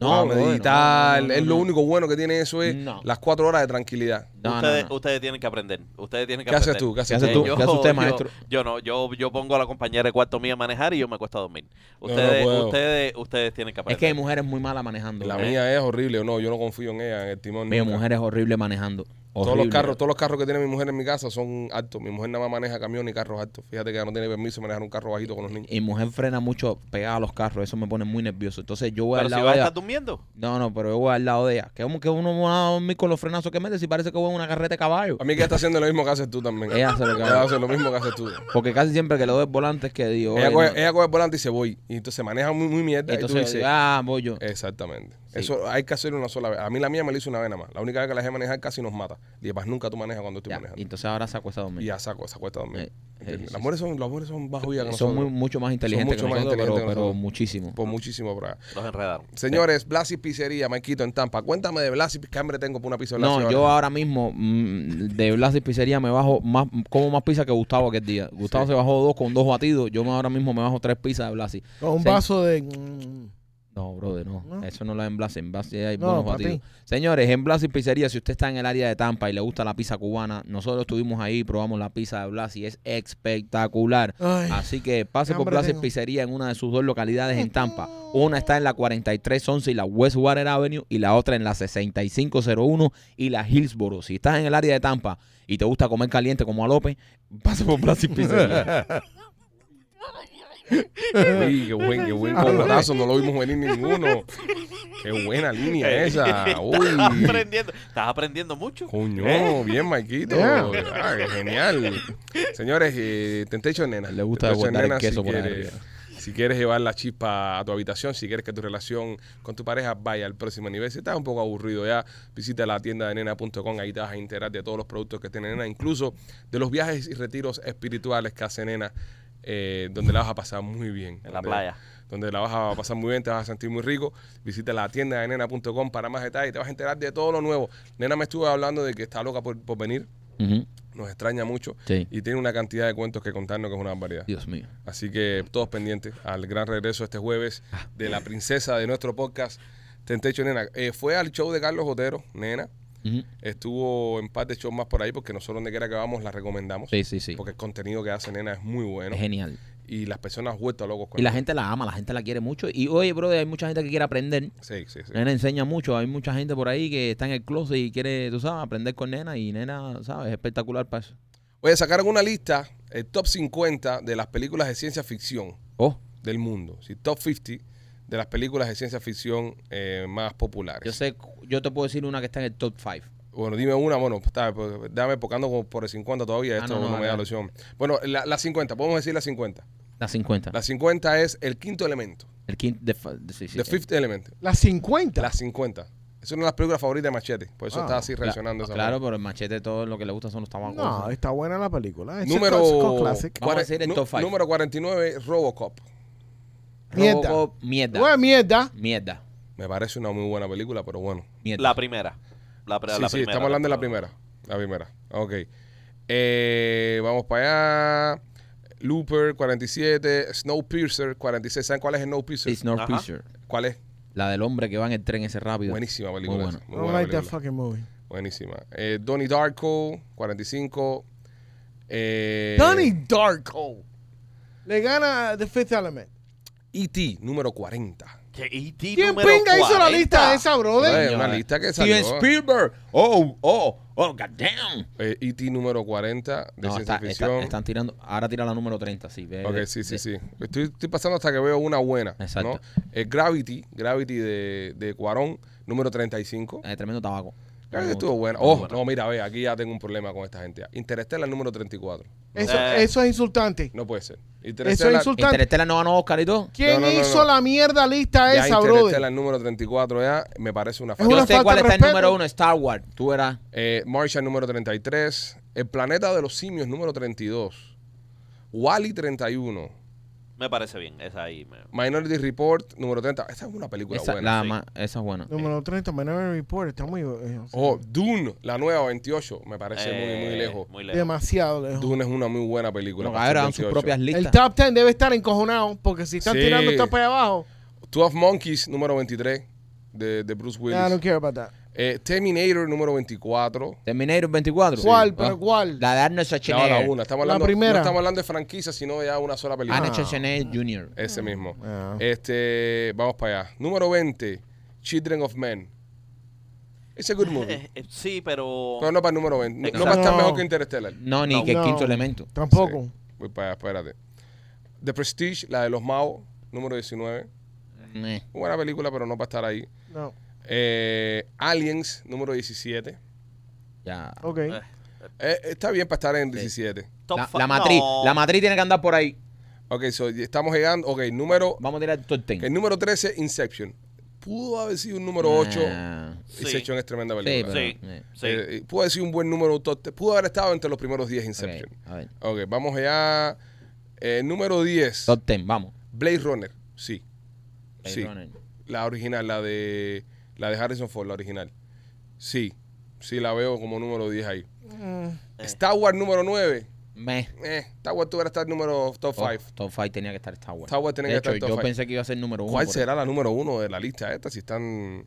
No,
No,
brother, no,
meditar.
no, no,
es
no,
lo
no.
único bueno que tiene eso, es
No.
las cuatro horas de tranquilidad.
No, no,
ustedes,
no.
ustedes tienen que aprender. Ustedes tienen que
¿Qué
aprender.
haces tú? ¿Qué
¿Qué
haces
haces
tú?
tú? ¿Qué hace usted,
yo-
maestro?
Yo no, yo, yo pongo a la compañera de cuarto mía a manejar y yo me acuesto a dormir.
no
Ustedes,
puedo.
ustedes, ustedes tienen que
Es
aprender.
que mi mujer es muy mala manejando.
La
bro.
mía es horrible, no, yo no confío en ella, en el timón.
eh. Mi
nunca.
mujer es horrible manejando.
Todos los
Horrible.
carros, todos los carros que tiene mi mujer en mi casa son altos. Mi mujer nada más maneja camiones y carros altos. Fíjate que ella no tiene permiso de manejar un carro bajito con los niños.
Y mujer frena mucho pegada a los carros, eso me pone muy nervioso. Entonces yo voy
Pero
al
si
lado
vas a
de
estar
ella.
durmiendo.
No, no, pero yo voy al lado de ella. Que como que uno va a dormir con los frenazos que mete si parece que voy en una carreta de caballo.
A mí que ella está haciendo lo mismo que haces tú también.
Ella hace lo que hace.
hace lo mismo que haces tú.
Porque casi siempre que le doy el volante es que digo.
Ella
"Oye,
coge,
no".
ella coge el volante y se voy. Y entonces maneja muy, muy mierda. y tú
Entonces yo
dices,
digo, ah, voy yo.
Exactamente.
Sí.
Eso hay que hacerlo una sola vez. A mí la mía me la hizo una vez nada más. La única vez que la dejé manejar casi nos mata. Y además nunca tú manejas cuando estoy
Ya, y
manejando.
entonces ahora saco esa
Y
dormida.
ya saco, se acuesta a dormir.
Eh,
¿Entiendes?
eh, sí, Eh,
las mujeres son, las mujeres son más judías que
Son muy- eh.
nosotros.
mucho más inteligentes
mucho
que
más
nosotros, pero,
inteligentes que
pero
nosotros.
muchísimo.
Por muchísimo por acá.
Los enredaron.
Señores, Blasi Pizzería, Maikito en Tampa. Cuéntame de Blasi, qué hambre tengo por una pizza de Blasi.
No,
ahora?
yo ahora mismo mm, de Blas y Pizzería me bajo más, como más pizza que Gustavo aquel día. Gustavo se bajó dos con dos batidos. Yo me- ahora mismo me bajo tres pizzas de Blasi.
Con un
Sí.
vaso de. mm,
No, brother, no.
¿No?
Eso no lo en Blas. En Blas sí hay
No,
buenos
papi.
batidos. Señores, en Blas y Pizzería, si usted está en el área de Tampa y le gusta la pizza cubana, nosotros estuvimos ahí, probamos la pizza de Blas y es espectacular.
ay,
Así que pase
qué
por
hambre
Plaza y
tengo.
Pizzería en una de sus dos localidades en Tampa. Una está en la 4311 y la Westwater Avenue y la otra en la 6501 y la Hillsboro. Si estás en el área de Tampa y te gusta comer caliente como a López, pase por Plaza y Pizzería.
Uy, qué buen, qué buen combatazo. No lo vimos venir ninguno. Qué buena
Eh,
línea esa.
Estás
Uy.
aprendiendo. Estás aprendiendo mucho.
Coño,
¿Eh?
bien, Maikito.
Yeah.
Ah, qué genial. Señores, eh, Temptation Nena.
Le gusta
Temptation
botar el queso
si
por ahí
quieres-
arriba.
Si quieres llevar la chispa a tu habitación, si quieres que tu relación con tu pareja vaya al próximo nivel, si estás un poco aburrido ya, visita la tienda de nena.com, ahí te vas a enterar de todos los productos que tiene nena, incluso de los viajes y retiros espirituales que hace nena, eh, donde la vas a pasar muy bien.
En la
Donde-
playa.
donde la vas a pasar muy bien, te vas a sentir muy rico. Visita la tienda de nena.com para más detalles, te vas a enterar de todo lo nuevo. Nena me estuvo hablando de que está loca por, por venir,
Ujú.
nos extraña mucho
Sí.
y tiene una cantidad de cuentos que contarnos que es una barbaridad.
Dios mío.
Así que todos pendientes al gran regreso este jueves
Ah,
de la princesa de nuestro podcast, Tentecho Nena. Eh, fue al show de Carlos Otero, Nena.
Ujú.
Estuvo en parte show más por ahí porque nosotros donde quiera que vamos la recomendamos.
Sí, sí, sí.
Porque el contenido que hace Nena es muy bueno
Es genial.
y las personas vueltas locos con
Y la
él.
gente la ama, la gente la quiere mucho. Y oye, brother, hay mucha gente que quiere aprender.
Sí, sí, sí.
Nena enseña mucho. Hay mucha gente por ahí que está en el closet y quiere, tú sabes, aprender con nena. Y nena, sabes, es espectacular para eso.
Oye, sacaron una lista, el top 50 de las películas de ciencia ficción
Oh,
del mundo. Sí, top 50 de las películas de ciencia ficción eh, más populares.
yo sé, yo te puedo decir una que está en el top 5.
Bueno, dime una, bueno, pues, está, pues, dame pocando como por el 50 todavía,
Ah,
esto
no,
no,
no,
me da
dale.
ilusión. Bueno, la, la 50, podemos decir la 50.
La 50.
La 50 es el quinto elemento,
el quinto. de fa- de- sí, sí,
the
eh,
fifth element,
Las 50.
la 50. Es una de las películas favoritas de Machete, por eso
Ah,
está así
cla-
reaccionando. esa
Claro,
forma.
pero el machete todo lo que le gusta son los tabacos.
no, está buena la película. Es
Número,
un clásico classic.
Vamos a
cuare-
decir el
nu-
top five.
número 49, Robocop.
mierda.
Robocop, mierda.
Buena mierda.
Mierda.
Me parece una muy buena película, pero bueno.
Mierda.
La primera. La, pre-
sí,
la
sí,
primera.
estamos hablando de la primera. La primera, ok. Eh, vamos para allá. Looper 47, Snowpiercer 46. ¿Saben cuál es Snowpiercer?
It's Northpiercer.
¿Cuál es?
La del hombre que va en el tren ese rápido.
Buenísima película.
Muy
esa,
buena.
muy
No
buena
like that
película.
fucking movie.
Buenísima. Eh, Donnie Darko, 45. Eh,
Donnie Darko. Le gana a The Fifth Element.
E.T., E número 40.
Que E.T.
¿Quién
número
pinga hizo la
40?
lista esa, brother?
Eh, una lista que salió.
Steven Spielberg. Oh, oh, oh, goddamn.
Eh, E.T. número 40 de
No,
ciencia
está- está-
ficción.
están tirando. Ahora tira la número 30, sí. ve-
Ok,
ve-
sí, sí,
ve-
sí. Estoy, estoy pasando hasta que veo una buena.
Exacto.
¿no? Eh, Gravity, Gravity de, de Cuarón, número 35.
Eh, tremendo tabaco.
Gravity estuvo buena. Oh, no, mira, ve, aquí ya tengo un problema con esta gente. Interstellar, número 34.
Eso,
Eh.
eso es insultante.
No puede ser.
Eso es
Interstellar,
insultante.
Interestela no ganó Oscar y todo.
¿Quién
No, no, no,
hizo
no.
la mierda lista
ya
esa,
Interstellar,
brother?
número 34 ya, me parece una
Es una
Yo
falta.
sé
falta
cuál
de
está el
respeto.
número uno, Star Wars. Tú verás.
Eh, Martian número 33. El planeta de los simios número 32. Wally 31.
Me parece bien. Esa ahí. me-
Minority Report número 30. Esta es una película
Esa,
buena.
la
sí.
ma- esa es buena.
Número 30, Minority Report. Está muy. eh, o sea,
Oh, Dune, la nueva 28. Me parece muy, muy
eh,
lejos.
Muy lejos.
demasiado lejos.
Dune es una muy buena película.
Bueno,
para
ahora
ser
dan sus
28.
propias
El
listas.
top 10 debe estar encojonado porque si están
Sí.
tirando está para allá abajo.
12 Monkeys número 23 de, de Bruce Willis.
Nah, I don't care about that.
Eh, Terminator número 24.
Terminator 24.
¿Cuál?
Ah.
¿Pero cuál?
La de Arnold
Ya va la
Schwarzenegger.
una. Estamos
La
hablando,
primera.
No estamos hablando de franquicia, sino ya una sola película.
Arnold Schwarzenegger Jr.
Ese mismo.
Ah.
Este, vamos para allá. Número 20, Children of Men. It's a good movie.
Eh, eh, sí, pero...
Pero no para el número 20. No,
Exacto.
no para estar
No.
mejor que Interstellar.
No, ni
No.
que
No.
quinto elemento.
Tampoco.
Voy para allá, espérate. The Prestige, la de los Mao, número 19.
Eh.
Buena película, pero no para estar ahí.
No.
Eh, Aliens, número 17.
Ya.
Ok.
eh,
Eh, está bien para estar en 17.
top
La,
fi-
la matriz.
no.
La matriz tiene que andar por ahí.
Ok, so, y estamos llegando. Ok, número,
Vamos a tirar el top 10.
el número 13, Inception. Pudo haber sido un número 8.
Ah,
Sí.
Inception es tremenda
Sí,
película.
pero-
Sí.
eh,
Sí.
Eh, eh, pudo haber sido un buen número. top- Pudo haber estado entre los primeros 10 Inception.
ok, a ver.
Ok, vamos allá. Eh, número 10,
Top 10, vamos.
Blade Runner. Sí.
Blade
sí.
Runner.
La original, la de la de Harrison Ford, la original. Sí, sí la veo como número 10 ahí.
Mm.
Eh.
Star Wars número 9.
Meh.
Eh, Star Wars tuviera estar número top 5.
Top- Top 5 tenía que estar Star Wars.
Star Wars tenía
De
que estar
hecho,
top
Yo
five.
pensé que iba a ser número 1.
¿Cuál será la número 1 de la lista esta? Si están...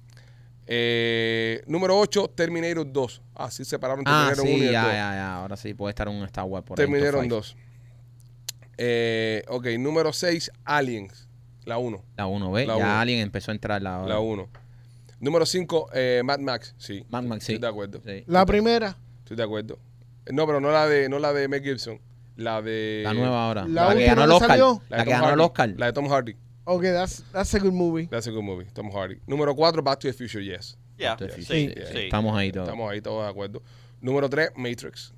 Eh, número 8, Terminator 2. Ah, sí, separaron
Ah,
Terminator 1
sí,
y
ya,
el 2.
ya, ya. Ahora sí puede estar un Star Wars por ahí.
Terminator
top five.
2. Eh, ok, número 6, Aliens. La 1.
La 1, ¿ves?
La
ya
uno.
alguien empezó a entrar la
La 1. Número 5, Mad Max. Sí.
Mad Max, sí.
Estoy de acuerdo.
Sí.
La primera.
Estoy de acuerdo. No, pero no la de, no la de Mel Gibson. La de.
La nueva ahora.
la
La, que
última
ganó el
que
Oscar.
salió.
La,
de
que
Tom
ganó el
Hardy.
Oscar.
Eh, La de Tom Hardy.
Ok, that's, that's a good movie.
That's a good movie. Tom Hardy. Número 4, Back to the Future, yes.
Ya,
Entonces,
sí,
sí,
sí,
sí,
sí.
Estamos ahí todos.
Estamos ahí todos de acuerdo. Número 3, Matrix.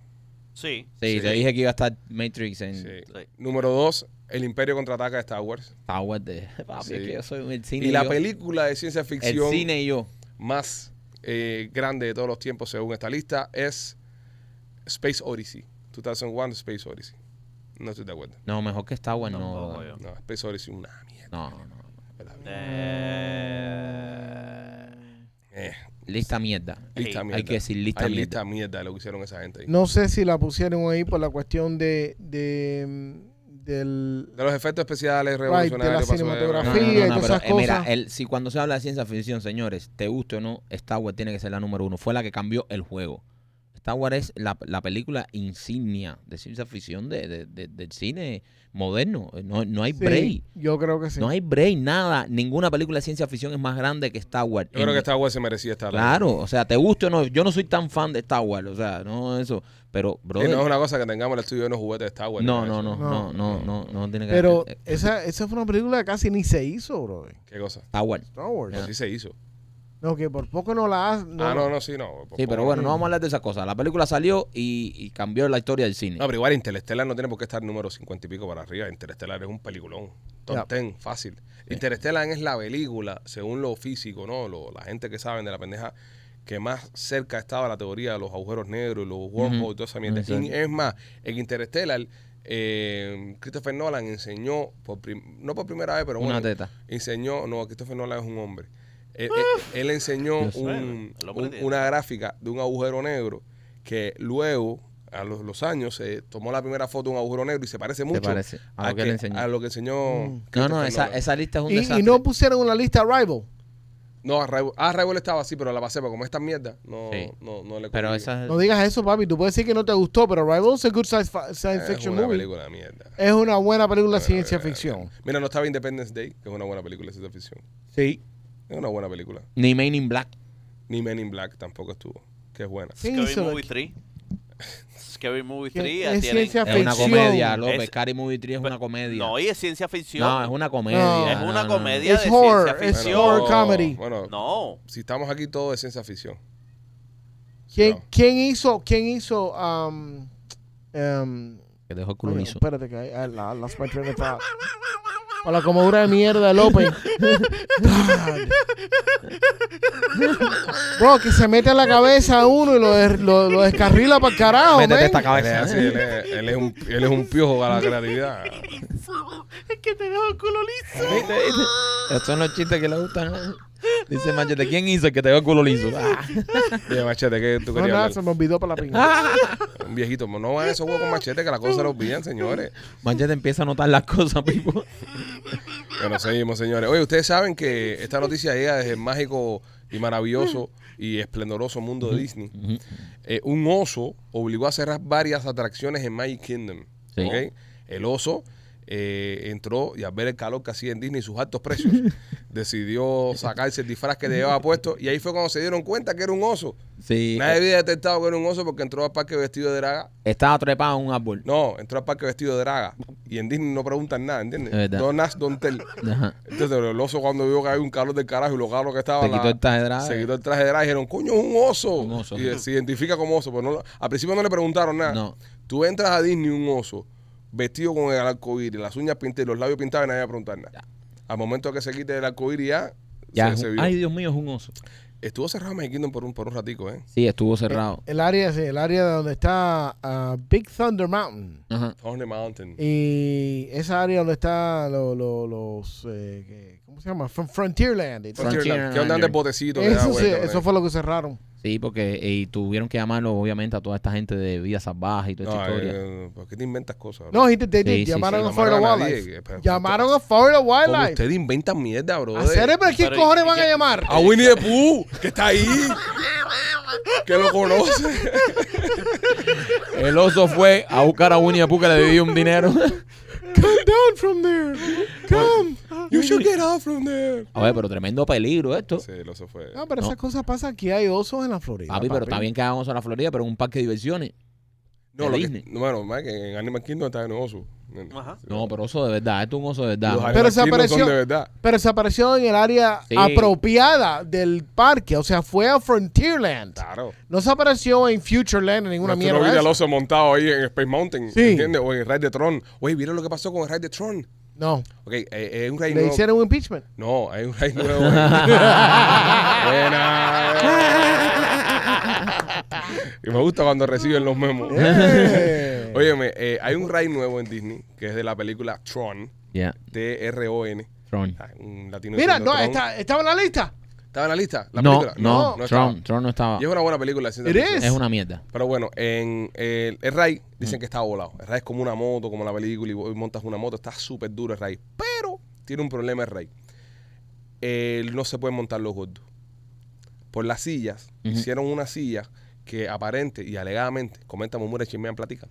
Sí,
sí,
sí.
te dije que iba a estar Matrix en
Sí.
sí.
Número 2, El Imperio contraataca de Star Wars.
Star Wars. De... Papi,
Sí.
es que yo soy un- el cine.
Y la
yo-
película de ciencia
El
ficción
cine y yo.
más eh, grande de todos los tiempos, según esta lista, es Space Odyssey. 2001 Space Odyssey. No estoy de acuerdo.
No, mejor que Star Wars no.
Tampoco yo.
No, Space Odyssey, una mierda.
No, no, no.
me la vi.
Eh,
Eh,
Lista mierda.
lista
Hay
mierda.
que decir lista
Hay
mierda.
lista mierda de lo que hicieron esa gente ahí.
No sé si la pusieron ahí por la cuestión de, de mm, del
De los efectos especiales
de la
revolucionarios. pasó
No,
cinematografía.
no, no,
Sí, hay
no,
todas
pero,
esas
eh, mira,
cosas.
el, si cuando se habla de ciencia ficción, señores, te guste o no, Star Wars tiene que ser la número uno. Fue la que cambió el juego. Star Wars es la, la película insignia de ciencia ficción de, de- de- del cine moderno. No, no hay
Sí,
break.
Yo creo que sí.
No hay break, nada. Ninguna película de ciencia ficción es más grande que Star Wars.
Yo creo
En-
que esta web se merecía estar. ahí.
Claro, o sea, te guste o no. Yo no soy tan fan de Star Wars, o sea, no eso. Pero,
Y
bro.
no es una cosa que tengamos el estudio de unos juguetes de Star Wars.
no,
ni nada
no,
de
no,
eso.
no, no, no, no tiene que
Pero
eh, eh,
esa, esa fue una película que casi ni se hizo, bro.
¿Qué cosa?
Star Wars.
Star Wars.
Así se hizo.
No, que por poco no la hacen.
Ah, no, no, sí, no.
Sí, pero bueno, no vamos a hablar de esas cosas. La película salió y, y cambió la historia del cine.
No, pero igual Interestelar no tiene por qué estar número 50 y pico para arriba. Interestelar es un peliculón.
Ya.
Top 10, fácil. Interestelar es la película, según lo físico, ¿no? Lo- la gente que saben de la pendeja, que más cerca estaba a la teoría de los agujeros negros, los wormholes y toda esa mierda.
Exacto.
Y es más, en Interestelar, eh, Christopher Nolan enseñó, por prim- no por primera vez, pero
Una
bueno,
teta.
enseñó, no, Christopher Nolan es un hombre. Él,
Ah.
él- él enseñó
Dios.
un-
Bueno, el hombre
un-
tiene.
una gráfica de un agujero negro que luego, a los, los años, se tomó la primera foto de un agujero negro y se parece mucho
parece a lo que él enseñó.
a lo que enseñó
Mm.
No,
Christopher
no, esa,
Nolan.
esa lista es un
Y,
desastre.
y no pusieron en la lista Rival.
No, Arrival, ah, Arrival estaba así, pero la pasé, pero como esta mierda, no,
Sí.
no, no le
pero
cogí.
esa
No digas eso, papi. Tú puedes decir que no te gustó, pero Rival es a good science, fi- science
es
fiction
una
Ah, movie.
película de mierda.
Es una buena película de
Una
ciencia
película de
ficción.
mierda. Mira, no estaba Independence Day, que es una buena película de ciencia ficción.
Sí.
Es una buena película.
ni Men in Black.
Ni Men in Black tampoco estuvo, que es buena.
¿Quién
Scary
hizo la-
Movie 3. Scary Movie
¿Qué-
3. ya
es
tienen-
ciencia
Es una
Ficción.
comedia, López.
Es-
Scary Movie 3 es una comedia.
No, y es ciencia ficción.
No, es una comedia.
No.
Es una
no, no, no.
comedia
Es
de
horror,
ciencia
es
ficción.
horror comedy.
Bueno,
No.
si estamos aquí todo es ciencia ficción.
¿Quién,
No.
quién hizo? ¿Quién hizo? um, um,
Que dejó
coño,
Clunizo.
espérate que ahí- ah, la, la Spider-Man está- Con la comodura de mierda de López. God. Bro, que se mete en la cabeza a uno y lo, des- lo, lo descarrila para el carajo.
Métete
man.
esta
Él es así, él es, él es un, él es un piojo para la creatividad.
Es que te dejo el culo liso.
¿Viste? ¿Viste? Estos son los chistes que le gustan. Dice Machete, ¿quién hizo el que te dejó el culo liso? Ah.
Oye, machete, ¿qué tú querías
No, nada,
hablar? Ah.
se me olvidó para la pinga.
Un viejito, no van esos huevos con machete que las cosas se los pillan, señores.
Machete empieza a notar las cosas, Pipo.
Bueno, seguimos, señores. Oye, ustedes saben que esta noticia llega desde el mágico y maravilloso y esplendoroso mundo de Disney.
Ujú.
Eh, un oso obligó a cerrar varias atracciones en Magic Kingdom.
Sí.
¿ok? El oso eh, entró y al ver el calor que hacía en Disney y sus altos precios, decidió sacarse el disfraz que llevaba puesto y ahí fue cuando se dieron cuenta que era un oso.
Sí.
Nadie había detectado que era un oso porque entró al parque vestido de draga.
Estaba trepado en un árbol.
No, entró al parque vestido de draga y en Disney no preguntan nada, ¿entiendes?
Es verdad.
Don't ask, don't tell.
Ajá.
Entonces el oso cuando vio que había un calor del carajo y lo caro que estaba
Se quitó
la-
el traje de drag.
se quitó el traje de drag y dijeron, coño, es un oso.
Un oso.
Y se identifica como oso. Pero no, lo- al principio no le preguntaron nada.
No.
Tú entras a Disney un oso vestido con el arcoíris, las uñas pintadas y los labios pintados y nadie va a preguntar nada. Al momento que se quite el arcoíris ya,
Ya
se,
es
se
un-
vio.
Ay, Dios mío, es un oso.
Estuvo cerrado Magic Kingdom por un, por un ratico, ¿eh?
Sí, estuvo cerrado.
El área, sí, el área donde está ah, Big Thunder Mountain.
Eh, Ajá.
Horny Mountain.
Y esa área donde está lo- lo- los. eh, que- ¿Cómo se llama? Fron- Frontierland. y todo.
Frontier-
Frontierland. ¿Qué onda
Frontier.
el botecito? que da
Eso, sí,
vuelta, ¿eh?
eso
¿no?
fue lo que cerraron.
Sí, porque eh, y tuvieron que llamarlo, obviamente, a toda esta gente de vida salvaje y toda esta
No,
historia.
eh, ¿Por qué te inventas cosas? bro?
No, gente, they did.
Sí, sí,
llamaron
sí.
a Florida
No llamaron a nadie,
Wildlife.
que- pero-
llamaron a Florida
Como
Wildlife.
usted inventa mierda, bro.
¿A serio? ¿Pero quién
Pero, ¿y-
cojones
y
van a
qué-
llamar?
A Winnie the Pooh, que está ahí. que lo conoce.
El oso fue a buscar a Winnie the Pooh que le dio un dinero.
Come down from there. Come.
You should get out from there.
A ver, pero tremendo peligro esto.
Sí, lo eso fue.
Ah, pero
No.
esas cosas pasan aquí. Hay osos en la Florida.
papi, pero está bien que hagamos a la Florida, pero en un parque de diversiones.
No, lo que,
Disney.
no, bueno, más que en Animal Kingdom está en oso. ¿entiendes?
Ajá.
No, pero oso de verdad, esto es un oso de
Los
verdad.
Animal
¿no?
Pero se
Kingdom
apareció-
Son de verdad.
Pero se apareció en el área
Sí.
apropiada del parque. O sea, fue a Frontierland.
Claro.
No se apareció en Futureland en ninguna
Una mierda. Ah. No
mierda. de
viste al
esas.
oso montado ahí en Space Mountain,
Sí.
¿entiendes? O en el Ride de Tron. Oye, ¿vieron lo que pasó con el Ride de Tron?
No.
Ok, eh, eh, es un ride
Le
nuevo.
hicieron un impeachment.
No, hay un ride nuevo. Buena. Y me gusta cuando reciben los memos.
Eh.
Óyeme, eh, hay un ride nuevo en Disney que es de la película Tron,
Ya,
T-R-O-N.
Tron.
Ah, Un latino
Mira,
diciendo
no,
Tron.
está- estaba en la lista.
¿Estaba en la lista? ¿La
No,
película?
no,
estaba.
Tron, Tron no estaba.
Y es una buena película. de ciencia
It
ficción.
is.
Es una mierda.
Pero bueno, en el, el Ray
Mm.
dicen que está volado. El Ray es como una moto, como la película, y vos montas una moto, está súper duro el Ray. Pero tiene un problema el Ray. El- no se pueden montar los gordos. Por las sillas,
Ujú.
hicieron una silla que aparente y alegadamente, comenta Mumura, Chimean, platica,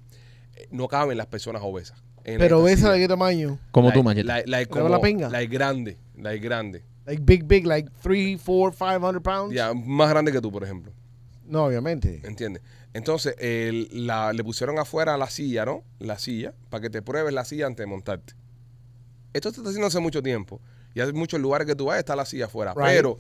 eh, no caben las personas obesas. En
Pero
esta
ves
silla.
de qué tamaño.
Como
La-
tú, Machete.
La, la,
daba
como-
la pinga?
la grande, la grande.
Like big, big, like 3, 4, 500 pounds.
Ya, más grande que tú, por ejemplo.
No, obviamente.
¿Entiendes? Entonces, el- la- le pusieron afuera la silla, ¿no? La silla, para que te pruebes la silla antes de montarte. Esto se está haciendo hace mucho tiempo. Y hay muchos lugares que tú vas, está la silla afuera.
Right.
Pero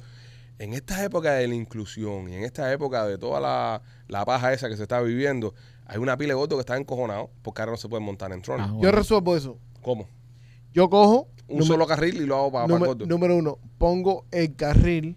en esta época de la inclusión y en esta época de toda la, la paja esa que se está viviendo, hay una pila de votos que está encojonado porque ahora no se puede montar en trono.
Ah, bueno.
Yo resuelvo eso.
¿Cómo?
Yo cojo.
Un
número-
solo carril y lo hago para,
número, número uno, pongo el carril,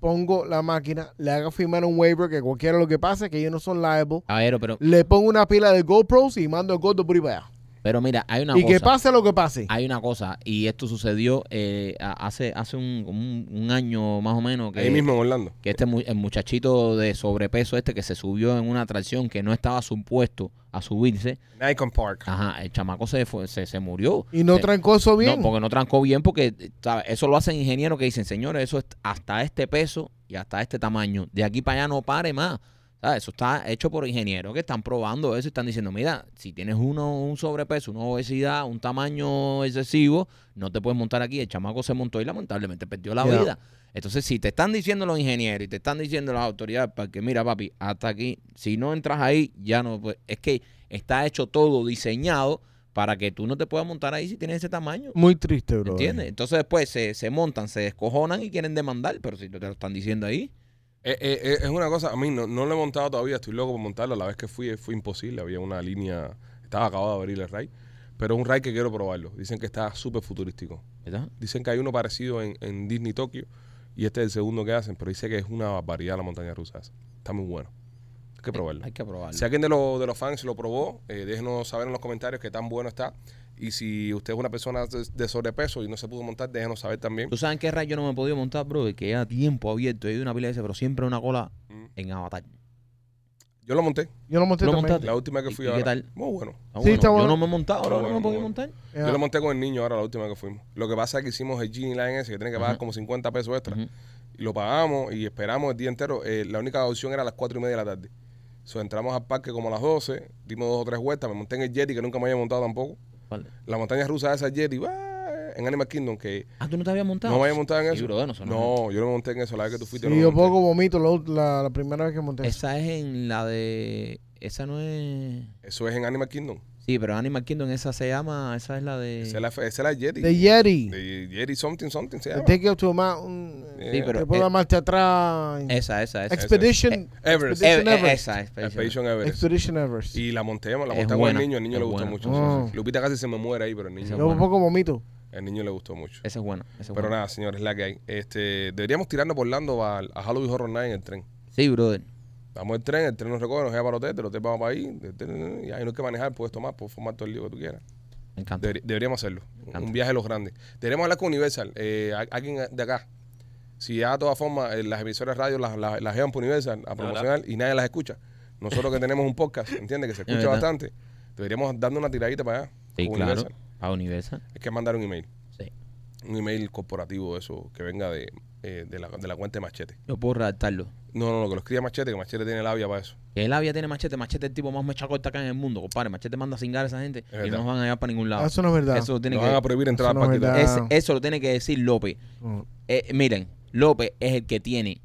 pongo la máquina, le hago firmar un waiver que cualquiera lo que pase, que ellos no son liable.
A ver, pero,
Le pongo una pila de GoPros y mando el gordo por ahí para allá.
pero mira, hay una
Y
cosa.
que pase lo que pase.
Hay una cosa, y esto sucedió eh, a- hace, hace un, como un- un año más o menos que,
Ahí mismo en Orlando.
que este mu- el muchachito de sobrepeso este que se subió en una atracción que no estaba supuesto a subirse,
Nikon Park.
ajá, el chamaco se fue- se, se murió.
Y no
Se-
trancó eso
no,
bien.
porque no trancó bien, porque eh, ¿sabe? eso lo hacen ingenieros que dicen, señores, eso es hasta este peso y hasta este tamaño. De aquí para allá no pare más. ¿Sabe? Eso está hecho por ingenieros que están probando eso y están diciendo, mira, si tienes uno, un sobrepeso, una obesidad, un tamaño excesivo, no te puedes montar aquí. El chamaco se montó y lamentablemente perdió la
Ya.
vida. Entonces, si te están diciendo los ingenieros y te están diciendo las autoridades, para que mira, papi, hasta aquí, si no entras ahí, ya no. puedes". es que está hecho todo diseñado para que tú no te puedas montar ahí si tienes ese tamaño.
Muy triste, bro.
¿Entiendes? Entonces después se, se montan, se descojonan y quieren demandar, pero si no te lo están diciendo ahí.
Eh, eh, eh, es una cosa, a mí no, no lo he montado todavía, estoy loco por montarlo. La vez que fui eh, fue imposible, había una línea, estaba acabado de abrir el ride, pero es un ride que quiero probarlo. Dicen que está súper futurístico.
¿Verdad?
Dicen que hay uno parecido en, en Disney Tokio y este es el segundo que hacen, pero dice que es una barbaridad la montaña rusa. esa. Está muy bueno. Hay que probarlo.
Hay que probarlo.
Si alguien de, los de los fans lo probó, eh, déjenos saber en los comentarios qué tan bueno está. Y si usted es una persona de, de sobrepeso y no se pudo montar, déjenos saber también.
¿Tú sabes en qué rayo no me he podido montar, bro? Que ya tiempo abierto, he ido a una pila de veces, pero siempre una cola
Mm.
en avatar.
Yo lo monté,
Yo lo monté
¿Lo
también.
montaste?
la última que
¿Y-
fui
y qué
ahora.
tal?
Muy bueno.
Ah,
Sí, está bueno.
Yo no me he montado,
Está
bro, no
Ah, bueno,
me he podido
bueno.
montar.
Ya.
Yo lo monté con el niño ahora, la última que fuimos. Lo que pasa es que hicimos el Genie Line ese, que tiene que pagar
Ajá.
como 50 pesos extra.
Ujú.
Y lo pagamos y esperamos el día entero. Eh, la única opción era a las 4 y media de la tarde. So, entramos al parque como a las 12, dimos dos o tres vueltas, me monté en el jetty que nunca me había montado tampoco.
¿Cuál?
La montaña rusa esa Yeti, ¡guau! en Animal Kingdom, que
Ah, tú no te habías montado.
no me había montado en
Sí,
eso.
brother, nosotros
no, yo no me monté en eso, la vez que tú fuiste.
Sí,
no me
yo
monté.
poco vomito la, ult- la- la primera vez que monté.
Esa es en la de. Esa no es.
Eso es en Animal Kingdom.
Sí, pero Animal Kingdom, esa se llama. Esa es la de.
Esa es la, esa es la Yeti.
De Yeti.
De Yeti something, something se
De
llama.
Take It to Mountain.
Eh,
Sí, pero.
Después
eh,
la marcha atrás.
esa, esa, esa.
Expedition.
Eh,
Everest.
Eh,
Expedition
eh,
Everest.
esa, Expedition
Expedition Everest.
Expedition Everest.
Y la monté, la
Es
monté con el
buena,
niño, al niño
es
le gustó
buena.
mucho.
Ah.
sí, sí. Lupita casi se me muere ahí, pero el niño,
Esa
yo
es buena.
poco vomito.
el niño le gustó mucho.
Esa es buena. esa es
Pero
buena.
nada, señores, la que hay. Este, deberíamos tirarnos por Orlando a, a Halloween Horror Night en el tren.
Sí, brother.
Vamos el tren, el tren nos recoge, nos lleva para el hotel, del hotel vamos para ahí, del tren, y ahí no hay que manejar, puedes tomar, puedes formar todo el lío que tú quieras.
Me encanta.
Deberi- deberíamos hacerlo.
encanta.
Un viaje de los grandes. Deberíamos hablar con Universal, eh, a- alguien de acá. Si ya de todas formas eh, las emisoras de radio las, las, las llevan por Universal a promocionar y nadie las escucha. Nosotros que tenemos un podcast, ¿entiendes? Que se escucha
verdad.
bastante. Deberíamos darnos una tiradita para allá.
Sí,
con
claro.
Universal.
A Universal.
Hay que mandar un email.
Sí.
Un email corporativo, eso, que venga de, eh, de, la, de la cuenta de Machete.
Yo puedo redactarlo.
No, no, no, que lo escriba Machete, que Machete tiene labia para eso.
Que el avia tiene machete. Machete es el tipo más mecha corta acá en el mundo, compadre. Machete manda a cingar a esa gente y
verdad.
no nos van a llevar para ningún lado.
Eso no Ah, es verdad.
Eso lo tiene
Nos
que-
van a prohibir entrar
Eso
al
no es
parque.
verdad.
ese- eso lo tiene que decir López.
Mm.
Eh, miren, López es el que tiene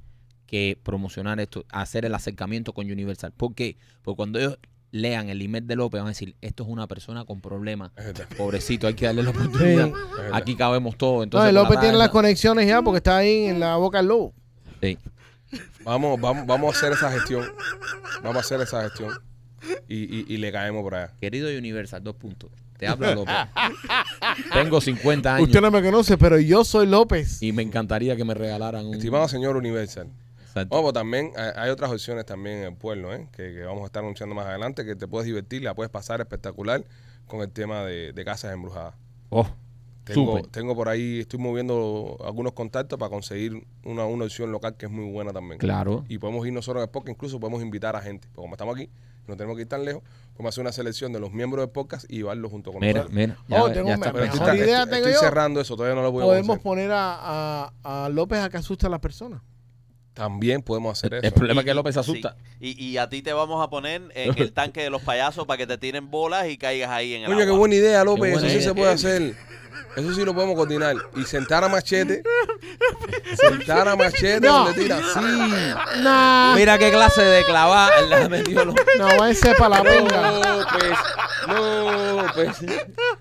que promocionar esto, hacer el acercamiento con Universal. ¿Por qué? Porque cuando ellos lean el email de López van a decir, esto es una persona con problemas.
Es verdad.
Pobrecito, hay que darle la oportunidad.
Sí.
Es verdad.
Aquí cabemos todo.
No,
Entonces,
y
por la
López tiene
tarde-
las conexiones ya porque está ahí en la boca del lobo.
Sí.
Vamos, vamos, vamos a hacer esa gestión. Vamos a hacer esa gestión. Y, y, y le caemos por allá.
Querido Universal, dos puntos. Te habla López. Tengo 50 años
Usted no me conoce, pero yo soy López.
y me encantaría que me regalaran un...
Estimado señor Universal.
Exacto.
Ojo, también eh, hay otras opciones también en el pueblo, ¿eh? que, que vamos a estar anunciando más adelante, que te puedes divertir, la puedes pasar espectacular con el tema de, de casas embrujadas.
Oh,
Tengo,
súper.
tengo por ahí, estoy moviendo algunos contactos para conseguir una, una opción local que es muy buena también.
Claro.
Y podemos ir nosotros en el podcast, incluso podemos invitar a gente. Porque como estamos aquí, no tenemos que ir tan lejos, podemos hacer una selección de los miembros del podcast y llevarlos junto con
Mira,
nosotros.
mira. Ya,
Oh,
ve-
tengo
ya
un
está.
Pero estoy,
mejor
tan-
idea
estoy-
tengo
estoy
yo.
cerrando eso, todavía no lo voy a
Podemos
hacer.
poner a, a- a López a que asuste a las personas.
También podemos hacer
El
eso.
problema es que López se
Sí.
asusta.
Y, y a ti te vamos a poner en el tanque de los payasos para que te tiren bolas y caigas ahí en el
Coño, qué
agua.
buena idea, López. eso
Qué buena
sí
idea.
se puede hacer. Eso sí lo podemos coordinar. Y sentar a machete. sentar a machete
No.
donde tira. Sí.
Nah,
Mira qué clase de clavada le ha metido López.
no, váyanse para la pinga.
López, López.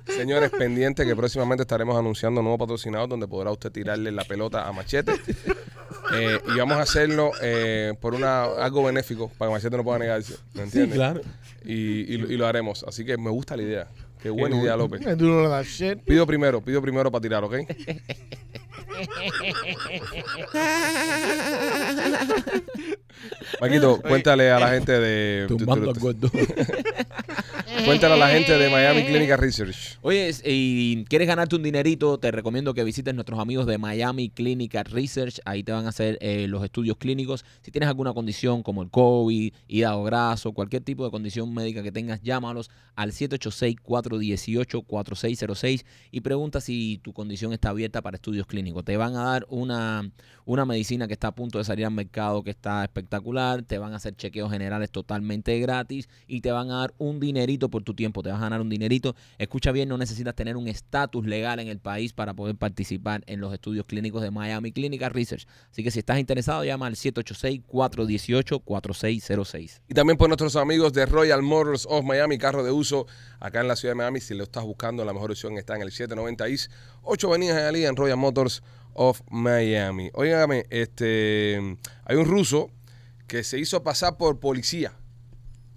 pues, Señores, pendiente que próximamente estaremos anunciando un nuevo patrocinador donde podrá usted tirarle la pelota a Machete. Eh, y vamos a hacerlo eh, por una algo benéfico para que Machete no pueda negarse. ¿Me entiendes? Y, y lo- y lo haremos. Así que me gusta la idea. Qué buena idea, López.
I do that shit.
Pido primero, pido primero para tirar, ¿ok? Maquito, cuéntale a la gente de... Cuéntale a la gente de Miami Clinical Research.
Oye, es- y quieres ganarte un dinerito, te recomiendo que visites nuestros amigos de Miami Clinical Research. Ahí te van a hacer eh, los estudios clínicos. Si tienes alguna condición como el COVID, hígado graso, cualquier tipo de condición médica que tengas, llámalos al 786-418-4606 y pregunta si tu condición está abierta para estudios clínicos. Te van a dar una, una medicina que está a punto de salir al mercado, que está espectacular. Te van a hacer chequeos generales totalmente gratis y te van a dar un dinerito por tu tiempo. Te vas a ganar un dinerito. Escucha bien, no necesitas tener un estatus legal en el país para poder participar en los estudios clínicos de Miami Clinical Research. Así que si estás interesado, llama al 786-418-4606.
Y también por nuestros amigos de Royal Motors of Miami, carro de uso acá en la ciudad de Miami. Si lo estás buscando, la mejor opción está en el 790 East, 8 Avenida Hialeah en Royal Motors of Miami. Óigame, este, hay un ruso que se hizo pasar por policía.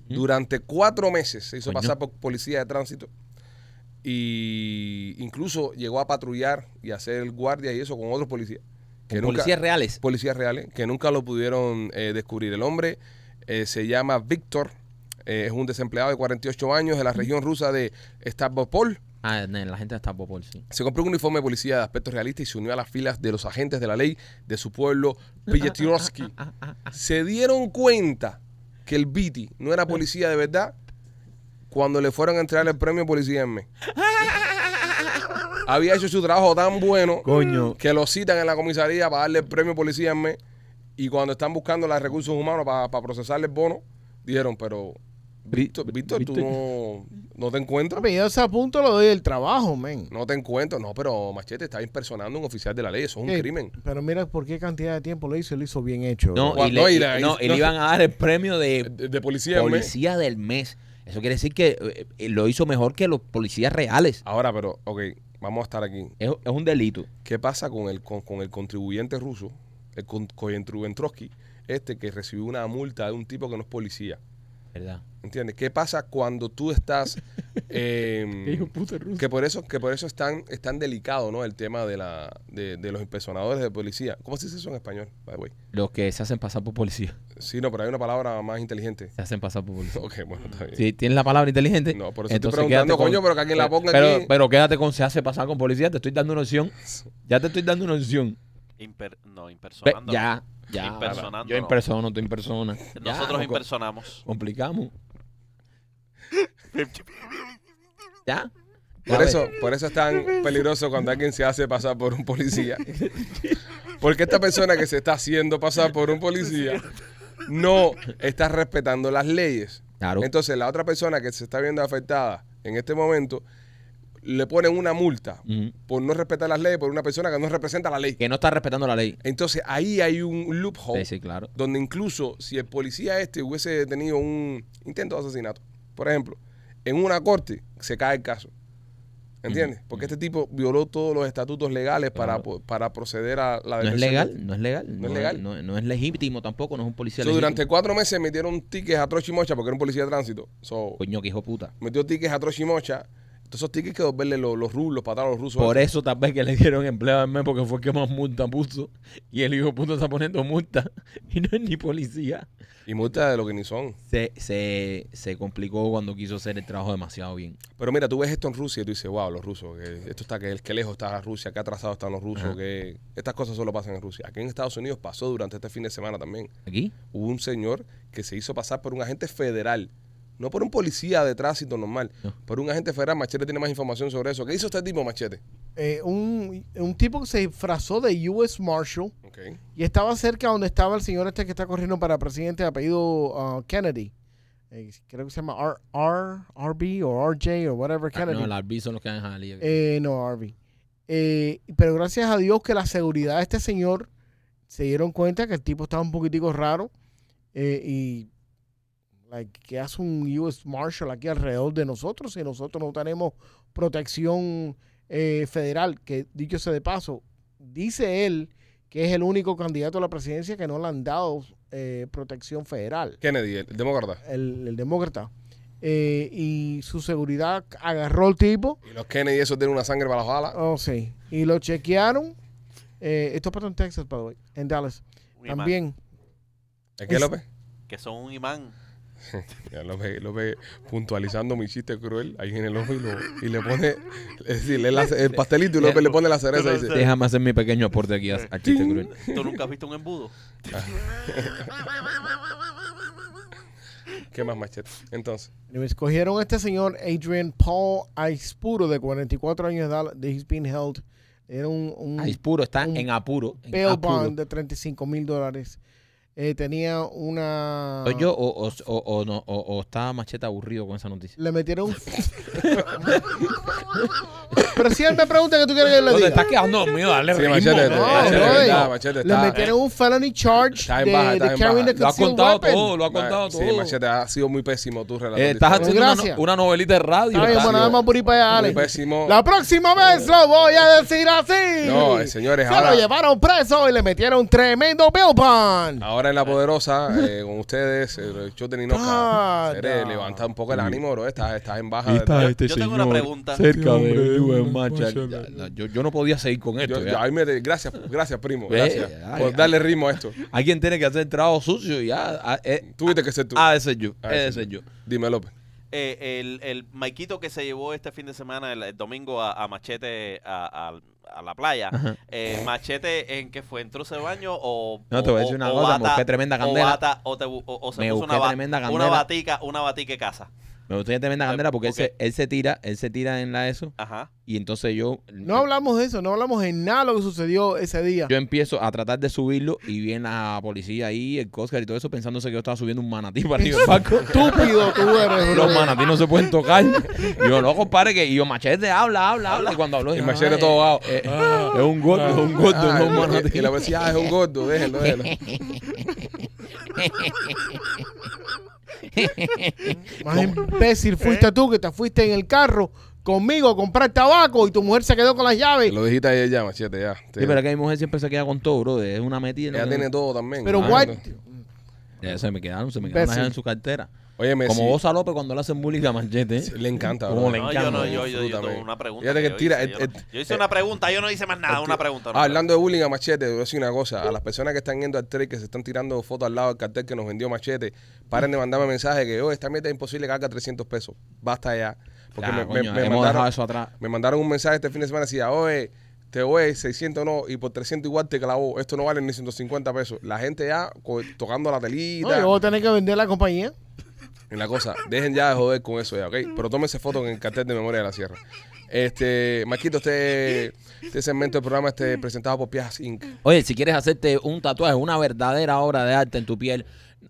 Durante cuatro meses se hizo
¿Mm? Coño.
pasar por policía de tránsito. Y incluso llegó a patrullar y a hacer guardia y eso con otros policías. que
Con
nunca-
Policías reales.
policías reales que nunca lo pudieron eh, descubrir. El hombre eh, se llama Víctor, eh, es un desempleado de 48 años de la región rusa de Stavropol.
Ah, ne, la gente está Popol, sí.
Se compró un uniforme de policía de aspecto realista y se unió a las filas de los agentes de la ley de su pueblo, Pijetirovsky. Se dieron cuenta que el Viti no era policía de verdad cuando le fueron a entregar el premio policía en mes. Había hecho su trabajo tan bueno
Coño.
que lo citan en la comisaría para darle el premio policía en mes y cuando están buscando los recursos humanos para, para procesarle el bono, dijeron, pero Víctor, Víctor, tú no, no te encuentras.
Papi, yo a ese punto lo doy el trabajo, men.
No te encuentro. No, pero Machete está impersonando a un oficial de la ley. Eso es un
¿Qué?
crimen.
Pero mira por qué cantidad de tiempo lo hizo, lo hizo bien hecho. eh.
No,
Cuando-
y
no,
le,
y
y-
la-
no, y
no
le
sé.
iban a dar el premio
Eh,
de
Eh, De, de policía. men.
policía del mes. Eso quiere decir que eh, eh, lo hizo mejor que los policías reales.
Ahora, pero, ok, vamos a estar aquí.
Es, es un delito.
¿Qué pasa con el, con, con el contribuyente ruso, el con- Koyentrubentroski, este que recibió una multa de un tipo que no es policía?
¿Verdad?
¿Entiendes? ¿Qué pasa cuando tú estás... em,
Hijo de puta ruso.
que por eso que por eso es tan, es tan delicado ¿no? el tema de, la, de, de los impersonadores de policía. ¿Cómo se dice eso en español? by the way?
Los que se hacen pasar por policía.
Sí, no, pero hay una palabra más inteligente.
Se hacen pasar por policía.
Ok, bueno, está bien.
Si tienes la palabra inteligente.
No, por eso estoy
entonces
preguntando,
quédate con-
coño, pero que alguien la ponga
pero,
aquí.
Pero quédate con se hace pasar con policía. Te estoy dando una opción. Ya te estoy dando una opción.
Imper- no,
Ve,
impersonando.
ya, ya.
Impersonando,
Yo
no.
impersono, tú impersonas. Ya,
Nosotros
co-
impersonamos.
Complicamos. ¿Ya?
Por
Ya ves.
eso, por eso es tan peligroso cuando alguien se hace pasar por un policía. Porque esta persona que se está haciendo pasar por un policía no está respetando las leyes.
Claro.
Entonces la otra persona que se está viendo afectada en este momento le ponen una multa
Ujú.
por no respetar las leyes por una persona que no representa la ley.
Que no está respetando la ley.
Entonces ahí hay un loophole
Sí, sí, claro.
donde incluso si el policía este hubiese tenido un intento de asesinato, por ejemplo, en una corte se cae el caso. ¿Entiendes? Porque este tipo violó todos los estatutos legales para,
Claro.
po- para proceder a la
No es
detención.
legal, no es legal.
No es legal.
No, no es legítimo tampoco, no es un policía
So,
legítimo.
durante cuatro meses metieron tickets a Trochi Mocha porque era un policía de tránsito. So,
Coño, que hijo de puta.
metió tickets a Trochi Mocha. Entonces esos tickets quedó verle los, los rublos, patados los rusos.
Por e eso tal vez que le dieron empleo al mes porque fue el que más multa puso. Y el hijo de puta está poniendo multa y no es ni policía.
Y multa de lo que ni son.
Se, se, se complicó cuando quiso hacer el trabajo demasiado bien.
Pero mira, tú ves esto en Rusia y tú dices, wow, los rusos, que esto está, que, que lejos está Rusia, que atrasado están los rusos,
Ajá.
que estas cosas solo pasan en Rusia. Aquí en Estados Unidos pasó durante este fin de semana también.
¿Aquí?
Hubo un señor que se hizo pasar por un agente federal, no por un policía de tránsito normal,
No.
por un agente federal. Machete tiene más información sobre eso. ¿Qué hizo este tipo, Machete?
Eh, un, un tipo que se disfrazó de US Marshal
Ok.
y estaba cerca donde estaba el señor este que está corriendo para presidente de apellido ah, Kennedy. Eh, creo que se llama R, R- RB o RJ o whatever
Ah,
Kennedy.
no, las B son los que dan jalía.
Eh, no, Harvey. Eh, pero gracias a Dios que la seguridad de este señor se dieron cuenta que el tipo estaba un poquitico raro eh, y like, que hace un US Marshal aquí alrededor de nosotros si nosotros no tenemos protección eh, federal, que dicho sea de paso, dice él que es el único candidato a la presidencia que no le han dado eh, protección federal
Kennedy, el demócrata.
el, el demócrata. Eh, y su seguridad agarró al tipo.
Y los Kennedy, esos tienen una sangre para las balas.
Oh, sí. Y lo chequearon. Eh, esto pasó en Texas, by the way, en Dallas.
Un imán.
También.
¿Es qué,
Es-
López?
Que son un imán.
Ya López, López puntualizando mi chiste cruel ahí en el ojo y, lo- y le pone, es decir, le la- el pastelito y López le pone la cereza y dice,
Déjame hacer mi pequeño aporte aquí a, a Chiste Cruel.
Mm.
¿Tú nunca has visto un embudo?
¿Qué más machete? Entonces,
Y Me escogieron a este señor, Adrian Paul Aispuro, de 44 años de edad. de- He's been held. Era un, un
Ay, puro, está
Un
en apuro. en
bail
apuro.
bond de 35 mil dólares. Eh, tenía una...
¿Soy yo o, o, o, o no, o, o está Machete aburrido con esa noticia?
Le metieron... Pero si él me pregunta que tú quieres que le
ah, No, te
diga.
estás quedando dormido, dale
Sí,
ritmo,
Machete,
¿no?
te-
No,
Machete,
brother.
está, Machete,
Le
está.
metieron un felony charge
Está en
de,
baja, está
de
en
carrying
baja.
a
Lo has
concealed
contado
weapon.
todo, lo has contado
sí,
todo.
machete, ha sido muy pésimo tu relato.
Eh, estás
Muchas
haciendo una,
gracias.
no- una novelita de radio.
Está bien,
estás-
bueno, nada más por ir para allá,
muy
Ale.
pésimo.
La próxima vez lo voy a decir así.
No, eh, señores,
Se
ahora-
lo llevaron preso y le metieron tremendo bail bond.
Ahora en La Poderosa, eh, con ustedes, eh, yo tenía
Ah, no.
levanta un poco el ánimo, bro. Estás, estás en baja.
Ahí está
Yo-
este
yo tengo
señor
una pregunta.
cerca
Este Hombre,
de
yo,
US
macha,
Marshal.
ya, la- yo, yo no podía seguir con esto.
yo-
ya.
ahí me- gracias, gracias, primo.
Ve,
Gracias
ay,
por
ay.
darle ritmo a esto.
Alguien tiene que hacer el trabajo sucio y ya. Ah, eh,
Tuviste que ser tú.
ah, ese es yo.
Ah,
ese
ese
es yo.
Dime, López.
Eh, el, el Maikito que se llevó este fin de semana, el, el domingo, a, a Machete a, a- a la playa. eh, ¿Machete en qué fue? ¿En truce de baño o.?
No, te voy a
o-
decir una
o
cosa, me
bata-
busqué tremenda
o
candela.
bata- o, te bu- o- o se
Me
puso
busqué
una, ba-
tremenda
una
candela.
batica, una batica de casa.
Me gustaría tremenda
Eh,
candela porque él,
ok.
se, él se tira, él se tira en la eso
Ajá.
y entonces yo
No hablamos de eso, no hablamos de nada de lo que sucedió ese día.
yo empiezo a tratar de subirlo y viene la policía ahí, el Coscar y todo eso pensándose que yo estaba subiendo un manatí para arriba del barco.
Estúpido tú eres, bro.
Los manatí no se pueden tocar. Y yo, loco, compadre, que y yo machete, habla, habla, habla. Y cuando habló,
Y
dije,
Machete
"Ay,
todo ahogado.
eh, es un gordo, es un gordo,
Ah,
no un
y-
manatí.
Y la policía, ah, es un gordo, déjelo, déjelo.
Más imbécil fuiste tú que te fuiste en el carro conmigo a comprar tabaco y tu mujer se quedó con las llaves.
Lo dijiste ayer ya, machete, ya.
Sí, pero es que mi mujer siempre se queda con todo, bro. Es una metida.
Ella
¿no?
tiene todo también.
Pero
Ah,
what?
no.
Ya se me quedaron, se me quedaron las
Imbécil.
en su cartera.
Óyeme,
Como
si-
Bosa López cuando le hacen bullying a Machete. ¿eh?
le encanta.
Como
bro.
le
No,
encanta.
yo no, yo, yo, yo
Disfruta,
tengo
man.
una pregunta.
Fíjate que
yo
tira,
hice, yo,
et-
no-
et-
yo hice una pregunta, yo no hice más nada, una pregunta. una
Ah, hablando de bullying a Machete, te voy a decir una cosa. A las personas que están yendo al trade, que se están tirando fotos al lado del cartel que nos vendió Machete, paren de mandarme mensajes que, oh, esta mierda es imposible que haga 300 pesos. Basta ya. Porque
Ya,
me, me-
Ah, coño,
me
hemos dejado
mandaron,
eso atrás.
me mandaron un mensaje este fin de semana decía, oye, te voy 600 no, y por 300 igual te clavó. Esto no vale ni 150 pesos. La gente ya co- tocando la
No,
telita.
yo voy a tener que vender la compañía.
En la cosa, dejen ya de joder con eso ya, ¿ok? Pero tómense fotos en el cartel de Memoria de la Sierra. Este, Maquito, este, este segmento del programa este presentado por Piajas Inc.
Oye, si quieres hacerte un tatuaje, una verdadera obra de arte en tu piel,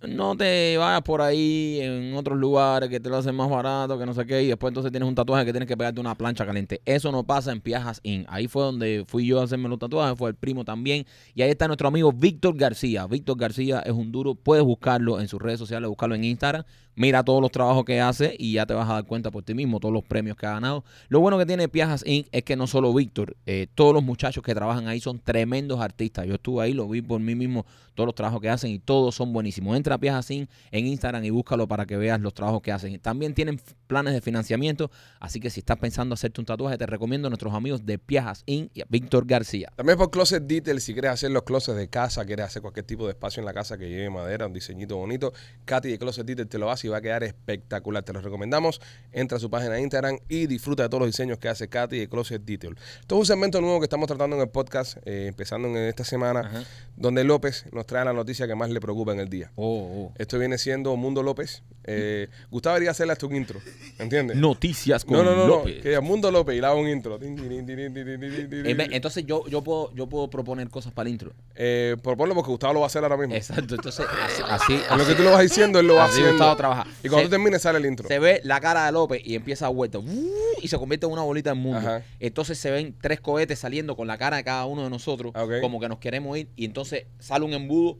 no te vayas por ahí en otros lugares que te lo hacen más barato, que no sé qué, y después entonces tienes un tatuaje que tienes que pegarte una plancha caliente. Eso no pasa en Piajas Inc. Ahí fue donde fui yo a hacerme los tatuajes, fue el primo también. Y ahí está nuestro amigo Víctor García. Víctor García es un duro, puedes buscarlo en sus redes sociales, buscarlo en Instagram. Mira todos los trabajos que hace y ya te vas a dar cuenta por ti mismo, todos los premios que ha ganado. Lo bueno que tiene Piajas Inc. es que no solo Víctor, eh, todos los muchachos que trabajan ahí son tremendos artistas. Yo estuve ahí, lo vi por mí mismo, todos los trabajos que hacen y todos son buenísimos. Entra a Piajas Inc. en Instagram y búscalo para que veas los trabajos que hacen. También tienen f- planes de financiamiento, así que si estás pensando hacerte un tatuaje, te recomiendo a nuestros amigos de Piajas Inc. y a Víctor García.
También por Closet Detail, si quieres hacer los closets de casa, quieres hacer cualquier tipo de espacio en la casa que lleve madera, un diseñito bonito, Katy de Closet Detail te lo hace y va a quedar espectacular. Te lo recomendamos. Entra a su página de Instagram y disfruta de todos los diseños que hace Katy de Closet Detail. Esto es un segmento nuevo que estamos tratando en el podcast, eh, empezando en esta semana, donde López nos trae la noticia que más le preocupa en el día.
Oh,
Esto viene siendo Mundo López. Eh, Gustavo debería hacerle hasta un intro, ¿entiendes?
Noticias con
no, no, no, no,
López.
Que diga Mundo López y le hago un intro. Tin, tin, tin, tin, tin, tin, tin,
En vez-
tin.
Entonces yo, yo, puedo, yo puedo proponer cosas para el intro.
Eh, proponlo porque Gustavo lo va a hacer ahora mismo.
Exacto, entonces así, así,
En lo que tú lo vas diciendo, él lo va
así Gustavo
haciendo.
trabaja.
Y cuando
Se-
tú termines, sale el intro.
Se ve la cara de López y empieza a vuelta. ¡uh! Y se convierte en una bolita del mundo.
Ajá.
Entonces se ven tres cohetes saliendo con la cara de cada uno de nosotros.
Ah, ok.
Como que nos queremos ir. Y entonces sale un embudo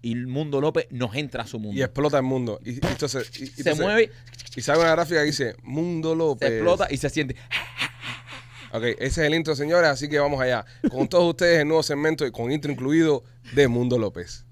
y el mundo López nos entra a su mundo.
Y explota el mundo. Y, y entonces, y- y
se
entonces-
mueve,
Y sale una gráfica que dice Mundo
se
López.
explota y se siente.
Ok, ese es el intro, señores. Así que vamos allá. Con todos ustedes, el nuevo segmento y con intro incluido de Mundo López.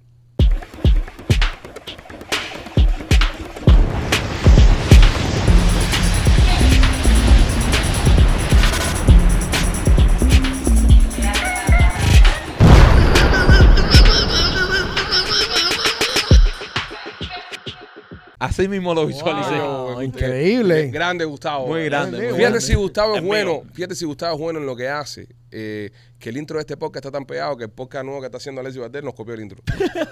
Así mismo lo visualicé.
Wow, increíble.
Grande Gustavo.
Muy grande, muy
Fíjate
grande.
si Gustavo es,
Es
bueno.
mío.
Fíjate si Gustavo es bueno en lo que hace. eh, que el intro de este podcast está tan pegado que el podcast nuevo que está haciendo Alessio Valdés nos copió el intro. Fíjate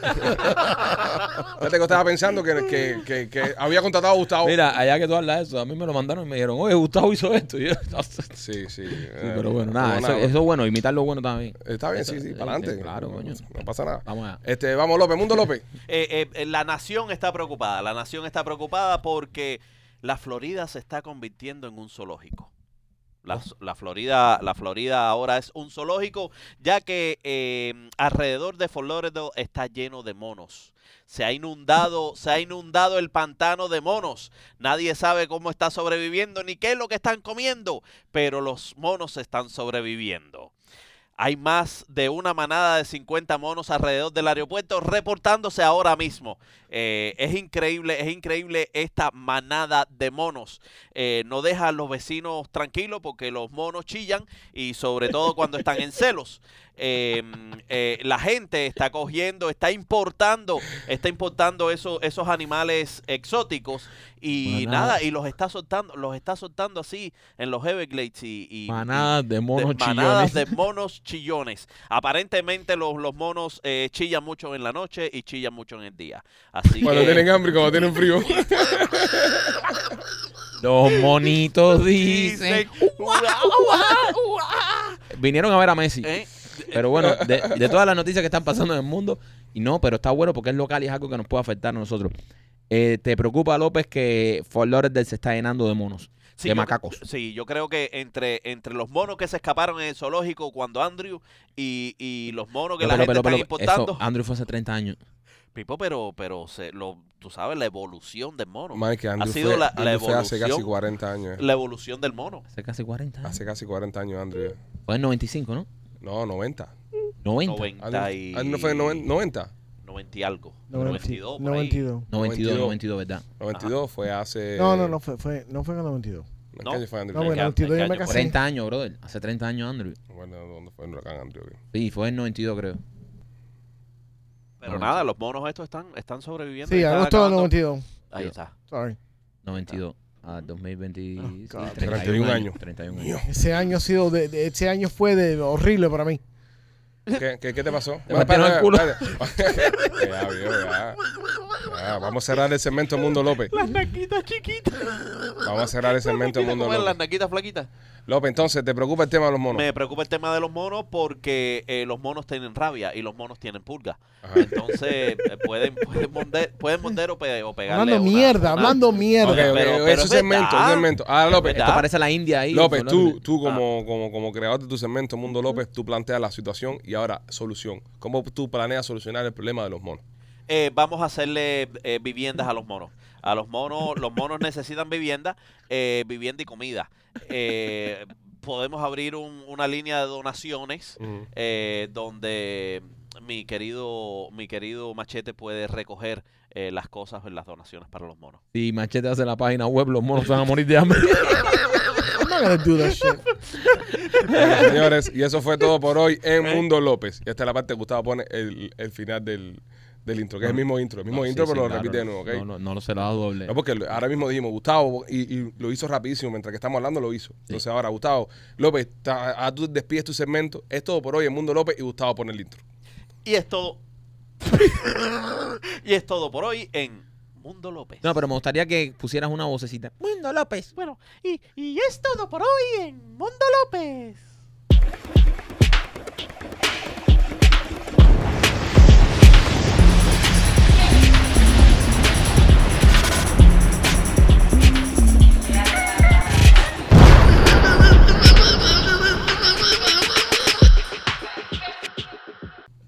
que estaba pensando que, que- que- que había contratado a Gustavo.
Mira, allá que tú hablas de eso, a mí me lo mandaron y me dijeron, oye, Gustavo hizo esto. Y yo, sí,
Sí, sí. eh,
pero bueno, nada,
no,
eso, eso es bueno, imitar lo bueno también.
Está bien,
Eso- eh,
sí, sí, para adelante.
Claro, coño.
No pasa nada.
Vamos allá.
Este, vamos, López. Mundo López.
Eh, eh, la nación está preocupada. La nación está preocupada porque la Florida se está convirtiendo en un zoológico. La, la Florida, la Florida ahora es un zoológico, ya que eh, alrededor de Fort Lauderdale está lleno de monos. Se ha inundado, se ha inundado el pantano de monos. Nadie sabe cómo está sobreviviendo ni qué es lo que están comiendo, pero los monos están sobreviviendo. Hay más de una manada de 50 monos alrededor del aeropuerto reportándose ahora mismo. Eh, es increíble, es increíble esta manada de monos. Eh, no deja a los vecinos tranquilos porque los monos chillan y sobre todo cuando están en celos. Eh, eh, la gente está cogiendo, está importando, está importando eso- esos animales exóticos y
Manada.
nada, y los está soltando, los está soltando así en los Everglades y, y- y-
Manadas de monos
de- manadas
chillones.
de monos chillones. Aparentemente los, los monos eh, chillan mucho en la noche y chillan mucho en el día. Así
Cuando
que
tienen hambre, y cuando tienen frío.
Los monitos dicen.
Dicen, "Guau, guau".
Vinieron a ver a Messi.
Eh,
Pero bueno, de, de todas las noticias que están pasando en el mundo, y no, pero está bueno porque es local y es algo que nos puede afectar a nosotros. Eh, ¿Te preocupa, López, que Fort Lauderdale se está llenando de monos?
Sí,
de
yo-
macacos.
Sí, yo creo que entre, entre los monos que se escaparon en el zoológico cuando Andrew y, y los monos que
Pero,
la
pero,
gente
pero,
está
pero,
importando.
eso, ah. Andrew fue hace 30 años.
Pipo, pero, pero se, lo, tú sabes la evolución del mono.
Man, que Andrew
sido
fue-
la- la
Andrew fue hace casi
evolución.
40 años. eh.
La evolución del mono.
Hace casi 40 años.
Hace casi 40 años, Andrew. eh.
Fue en 95, ¿no?
No, 90.
90.
90 y...
Andrew, Andrew fue en noven- 90.
90 y algo.
92.
92, por ahí.
92.
92.
92, 92, ¿verdad?
92 fue hace...
No, no, no fue, fue, no fue en el 92.
¿En qué
No.
año fue Andrew?
No,
¿En
bueno,
qué-
92
en
yo
qué
me
año fue?
casé.
30 años, brother. Hace 30 años, Andrew.
Bueno, ¿dónde fue el huracán Andrew?
Sí, fue en 92, creo.
Pero nada, los monos estos están, están sobreviviendo. y
Sí,
están
agosto del
acabando.
92.
Ahí está.
Sorry.
92 a 2020. sí,
God.
31 años.
31
Mío.
años.
Ese año ha sido de, de- ese año fue de, horrible para mí.
¿Qué, qué, qué te pasó?
Te partieron el culo.
espérate. ya, viejo, ya. Ya, Vamos a cerrar el segmento Mundo López.
Las naquitas chiquitas.
Vamos a cerrar el segmento Mundo
¿Cómo eran las
López.
naquitas flaquitas?
López, entonces, ¿te preocupa el tema de los monos?
Me preocupa el tema de los monos porque eh, los monos tienen rabia y los monos tienen pulga.
Ajá.
Entonces eh, pueden, pueden, morder, pueden morder o, pe- o pegarle.
Hablando
una-
mierda,
una-
hablando mierda.
Ok, ok,
Pero- pero
es
es
un segmento, es
verdad.
un segmento. Ah, López,
Es
Esto
¿Verdad? Ah.
parece la India ahí.
López,
Fort
tú,
Lauderdale.
tú como, como, como creador de tu segmento Mundo López, tú planteas la situación y ahora solución. ¿Cómo tú planeas solucionar el problema de los monos?
Eh, vamos a hacerle eh, viviendas a los monos. A los monos, los monos necesitan vivienda, eh, vivienda y comida. Eh, podemos abrir un- una línea de donaciones eh, donde mi querido, mi querido machete puede recoger eh, las cosas, las donaciones para los monos.
Si Machete hace la página web, los monos se van a morir de hambre.
I'm not gonna do that shit.
Bueno, señores, y eso fue todo por hoy en Mundo López. Y esta es la parte que Gustavo pone el, el final del, del intro, que es el mismo intro, el mismo
No, sí,
intro,
sí,
pero lo
claro,
repite de
no,
nuevo, ¿ok?
No, eh. no, no lo se la da doble.
No, porque lo- ahora mismo dijimos Gustavo y, y lo hizo rapidísimo mientras que estamos hablando, lo hizo. Entonces ahora, Gustavo López, ta- ahora tú despides tu segmento. Es todo por hoy en Mundo López y Gustavo pone el intro.
Y es todo. y es todo por hoy en Mundo López.
No, pero me gustaría que pusieras una vocecita. Mundo López.
Bueno, y, y es todo por hoy en Mundo López.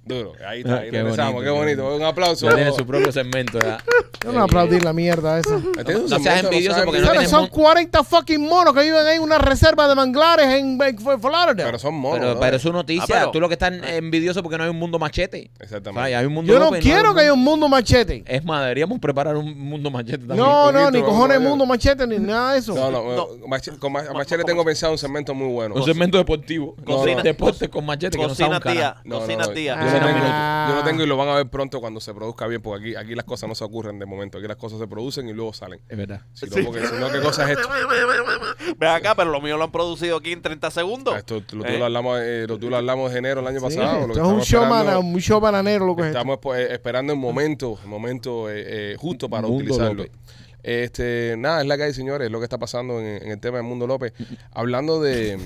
Duro. Ahí está,
Ah,
ahí
qué
regresamos.
bonito,
qué
qué
bonito.
bonito.
Un aplauso.
Ya tiene su propio segmento. ya.
Yo no voy a aplaudir la mierda esa.
Este es un
No seas
segmento,
envidioso
sabes
porque
ni-
no
¿Sabes?
tienes
Son
mon-
40 fucking monos que viven ahí en una reserva de manglares en Big Fort Lauderdale.
Pero son monos.
Pero,
¿no?
pero es su noticia.
Ah, pero-
Tú lo que estás envidioso porque no hay un mundo machete. O sea,
Exactamente.
hay un mundo
Yo no
López,
quiero que
mundo-
haya un mundo
Eh,
machete.
Es más, deberíamos preparar un mundo machete también.
No,
Un
no, ni
intro,
cojones
vamos a
mundo machete ni nada de eso.
No, no, Mache- con Ma- a Machete tengo pensado un segmento muy bueno.
Un segmento deportivo.
Cocina-
Deporte con machete que no sabe
Cocina
un carajo.
tía,
No, no,
cocina
no,
tía.
Yo lo, tengo,
Ah.
yo lo tengo y lo van a ver pronto cuando se produzca bien, porque aquí, aquí las cosas no se ocurren de momento. Aquí las cosas se producen y luego salen.
Es verdad.
Si no, porque si no, ¿qué cosa es esto?
Ven acá, pero lo mío lo han producido aquí en 30 segundos.
Esto, lo, tú
¿Eh?
lo hablamos, eh, lo, tú lo hablamos de enero el año
Sí,
pasado. lo que
esto es un
estamos
show,
esperando-
bana- un show bananero lo que es esto.
Estamos pues, eh, esperando el momento, el momento eh, eh, justo para
Mundo
utilizarlo.
López.
Este, nada, es la que hay, señores, es lo que está pasando en, en el tema del Mundo López. Hablando de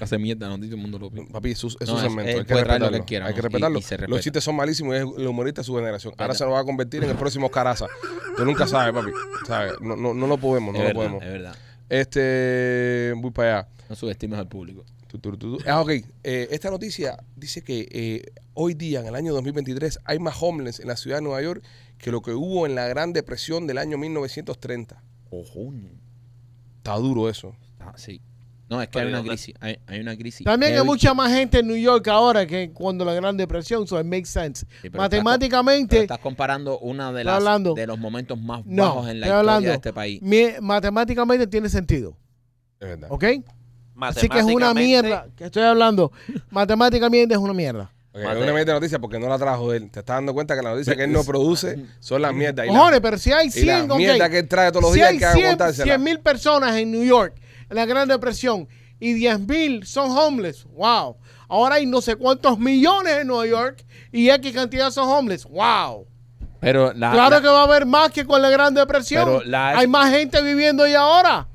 Hace mierda, no dice mundo López.
papi, es su, es
No,
su
es-
segmento,
él
hay que
puede traer lo
respetarlo.
que quiera,
hay que
¿no? Y-
respetarlo.
y se respeta.
Los chistes son malísimos, y es el humorista de su generación. Ahora
Verdad.
se lo va a convertir en el próximo caraza. Tú nunca sabes, papi. ¿sabes? No, no, no lo podemos, no
es
lo
verdad,
podemos.
es verdad.
Este, voy para allá.
No subestimes al público.
Tu, tu, tu, tu. Ah, ok. Eh, esta noticia dice que eh, hoy día, en el año 2023, hay más homeless en la ciudad de Nueva York que lo que hubo en la Gran Depresión del año 1930.
Cojones.
Está duro eso.
Ah, sí. No, es que
Pero
hay una
¿dónde?
crisis. Hay, hay una crisis.
También hay
heavy.
mucha más gente en New York ahora que cuando la Gran Depresión, so it makes sense.
Sí, pero Pero
Matemáticamente,
estás comparando una de
Estoy
las
hablando.
de los momentos más
No,
bajos en la historia
estoy hablando.
de este país.
mi- matemáticamente tiene sentido,
Es verdad.
¿ok? Así que es una
Matemáticamente,
mierda, que estoy hablando. Matemáticamente es una mierda.
Ok, es una mierda de noticia porque no la trajo él. Te estás dando cuenta que la noticia que él no produce son las mierdas. Y la-
Cojones, pero si hay
y la
100, ok.
mierda que él trae todos los
si
días
hay
hay que aguantársela.
mil personas en New York, en la Gran Depresión, y 10 mil son homeless, wow. Ahora hay no sé cuántos millones en Nueva York y X cantidad son homeless, wow.
Pero la,
Claro
Ah, la-
que va a haber más que con la Gran Depresión.
Pero la-
Hay más gente viviendo ahí ahora.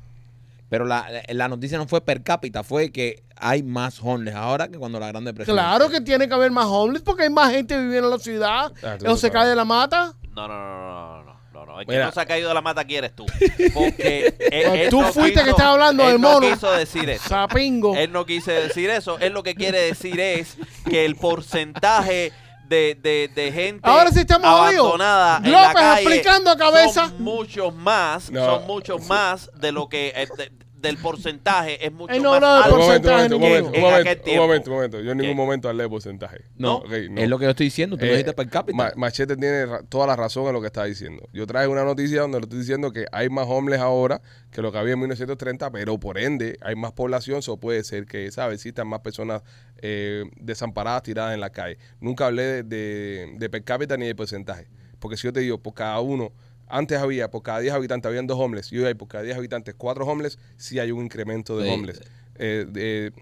Pero la, la noticia no fue per cápita, fue que hay más homeless ahora que cuando la Gran Depresión.
Claro que tiene que haber más homeless porque hay más gente viviendo en la ciudad.
Ah, tú
Eso
no
se
sabes.
cae de la mata.
No, no, no, no, no, no. no, no. El que
Mira.
no se ha caído de la mata aquí eres tú. Porque él-
Pues
él
tú
no
fuiste que
quiso-
estaba hablando
él
del
no
mono.
quiso decir eso.
Sapingo.
Él no quise decir eso. Él lo que quiere decir es que el porcentaje de, de, de gente
Ahora sí estamos jodidos.
abandonada en la
López
calle
aplicando a cabeza.
son muchos más,
No,
son muchos más de lo que eh, de- del porcentaje es mucho
Él no
más
habló de
Un
alto.
momento, un
porcentaje
momento, un momento,
en
un
aquel
momento, un
tiempo.
momento, un momento. Yo en ningún
¿Qué?
momento hablé de porcentaje.
No,
Ok, no.
es lo que yo estoy diciendo. Tú
Eh,
lo dijiste per cápita.
Ma- Machete tiene ra- toda la razón en lo que está diciendo. Yo traje una noticia donde le estoy diciendo que hay más homeless ahora que lo que había en 1930, pero por ende hay más población, eso puede ser que, ¿sabes? Existan más personas eh, desamparadas tiradas en la calle. Nunca hablé de, de- de per cápita ni de porcentaje, porque si yo te digo, por cada uno, antes había, por cada 10 habitantes habían dos homeless, y hoy hay por cada 10 habitantes cuatro homeless, sí hay un incremento de
Sí. Ah.
homeless. Eh, de-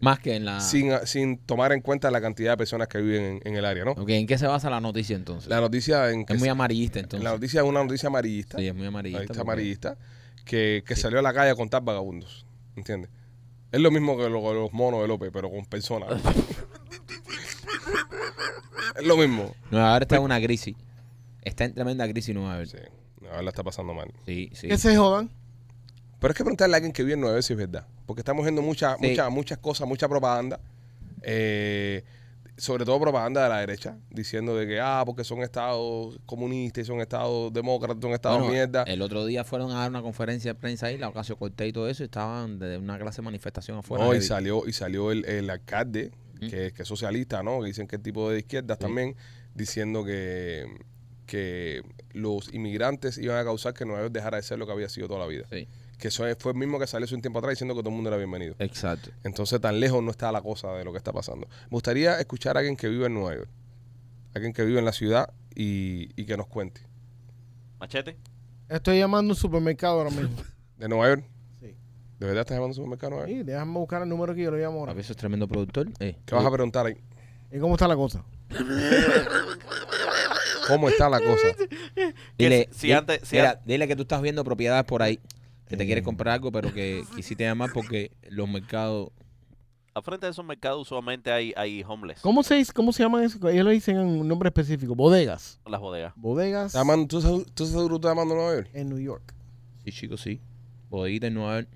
Más que en la...
sin, sin tomar en cuenta la cantidad de personas que viven en, en el área, ¿no?
Ok, ¿en qué se basa la noticia entonces?
La noticia en que
es muy
se-
amarillista entonces.
la noticia es una noticia amarillista.
Sí, es muy amarillista.
ahí está
porque-
amarillista. Que, que salió a la calle a contar vagabundos. ¿Entiendes? Es lo mismo que lo- los monos de López, pero con personas. es lo mismo.
No, ahora está en una crisis. Está en tremenda crisis Nueva York.
Sí. Ahora la está pasando mal.
Sí, sí.
Que se jodan.
Pero es que preguntarle a alguien que vive en Nueva York si es verdad. Porque estamos viendo muchas
Sí.
muchas muchas cosas, mucha propaganda. eh, sobre todo propaganda de la derecha. Diciendo de que, ah, porque son estados comunistas, y son estados demócratas, son estados
Bueno,
mierda.
El otro día fueron a dar una conferencia de prensa ahí, la Ocasio Cortés y todo eso, y estaban de una clase de manifestación afuera.
No, y
heavy.
salió, y salió el, el alcalde,
Ujú.
que, que es socialista, ¿no? Que dicen que es tipo de izquierdas
Sí.
también, diciendo que, que los inmigrantes iban a causar que Nueva York dejara de ser lo que había sido toda la vida.
Sí,
Que eso es- fue el mismo que salió hace un tiempo atrás diciendo que todo el mundo era bienvenido.
exacto.
Entonces tan lejos no está la cosa de lo que está pasando. Me gustaría escuchar a alguien que vive en Nueva York, alguien que vive en la ciudad y, y que nos cuente.
Machete.
Estoy llamando a un supermercado ahora mismo.
¿De Nueva York?
Sí.
¿De verdad estás llamando a un supermercado de Nueva York?
Sí, déjame buscar el número que yo lo llamo ahora.
Papi, eso es tremendo productor. Eh,
¿Qué vas a preguntar ahí?
¿Y cómo está la cosa?
¿Cómo está la cosa?
Dile,
Que si- si
di-
antes- si
mira,
an-
dile que tú estás viendo propiedades por ahí, que te
Eh.
quieres comprar algo, pero que quisiste llamar porque los mercados...
Al frente de esos mercados usualmente hay, hay homeless.
¿Cómo se, dice- cómo se llama eso? Ellos le dicen un nombre específico. Bodegas.
Las bodegas.
Bodegas
¿Estás llamando- ¿Tú, seguro- tú seguro estás llamando a Nueva York?
en New York.
Sí, chicos, sí. Bodeguita en Nueva York.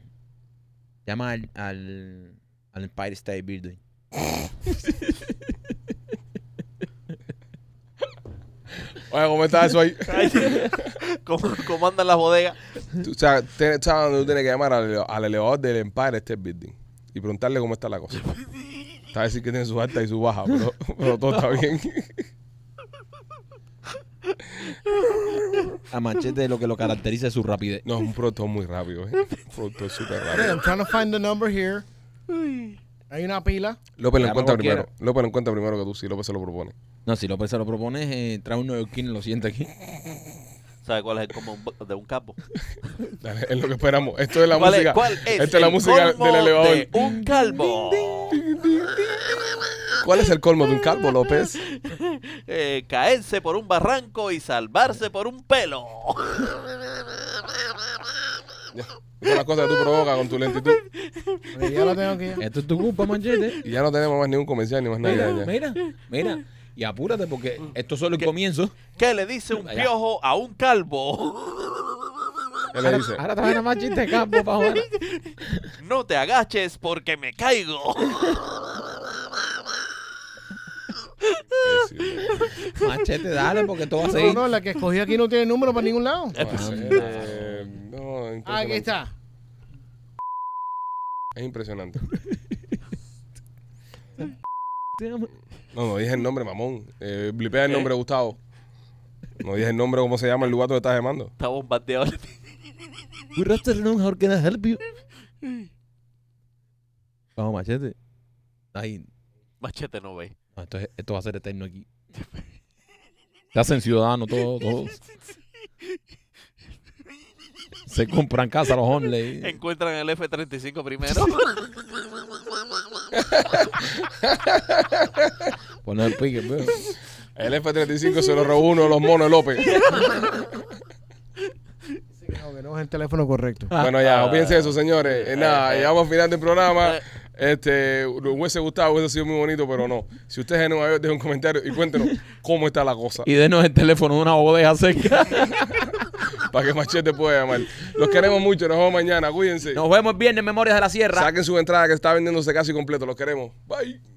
Llama al, al, al Empire State Building.
Oye, ¿cómo está eso ahí?
¿Cómo, cómo andan las bodegas?
Tú, o sea, te- sabes dónde tú tienes que llamar al, eleva- al elevador del Empire State Building y preguntarle cómo está la cosa. Está a decir que tiene su alta y su baja, pero, pero todo está bien.
A Machete lo que lo caracteriza es su rapidez.
No, es un producto muy rápido, ¿eh? Un producto súper
Okay,
rápido.
I'm trying to find the number here. Hay una pila.
López lo
Llama
encuentra
cualquiera.
primero. López lo encuentra primero que tú, si López se lo propone.
No, si López se lo propones, eh, trae un neoyorquino y lo sienta aquí.
¿Sabes cuál es el común de un capo?
Dale, es lo que esperamos. Esto es la
¿Cuál
música.
Es, ¿Cuál es
Esta es la
el
música
colmo
del elevador.
de un calvo.
¿Cuál es el colmo de un calvo, López?
Eh, caerse por un barranco y salvarse por un pelo.
Son las cosas que tú provocas con tu lentitud.
Ok, ya la tengo aquí.
Esto es tu culpa, Machete.
Y ya no tenemos más ningún comercial ni más nada. ya, ya.
mira, mira. Y apúrate porque esto solo es el comienzo.
¿Qué le dice un
Allá.
piojo a un calvo?
¿Qué le dice?
te van a más chiste campo para ahora.
No te agaches porque me caigo.
Sí, sí, sí.
Machete, dale porque todo va a
No,
seguir.
no, la que escogí aquí no tiene número para ningún lado.
No, es-
Anda.
eh, no, es
Ah, aquí
impresionante.
está.
Es impresionante. No, no dije el nombre, mamón. Eh, blipea el nombre, Gustavo. No dije el nombre, cómo se llama el lugar donde estás llamando.
Está bombardeado.
We roster no how can I help you? Vamos, Machete. Ay,
Machete no ve.
no, esto, es- esto va a ser eterno aquí. Se hacen ciudadanos todos, todos. Se compran casa los hombres.
Encuentran el F-35 primero.
Poner el pique, pues. pero.
El F-35 se lo robó uno de los monos de López.
Sí, que no, que no Con el teléfono correcto.
Bueno, ya, piensen eso, señores. Ah. Eh, nada, llegamos al final del programa. Este, lo hubiese gustado, hubiese sido muy bonito, pero no. Si usted es de Nueva York, deje un comentario y cuéntenos cómo está la cosa.
Y denos el teléfono de una bodega cerca.
Para que Machete pueda llamar. Los queremos mucho, nos vemos mañana. Cuídense.
Nos vemos el viernes, Memorias de la Sierra.
Saquen su entrada que está vendiéndose casi completo. Los queremos. Bye.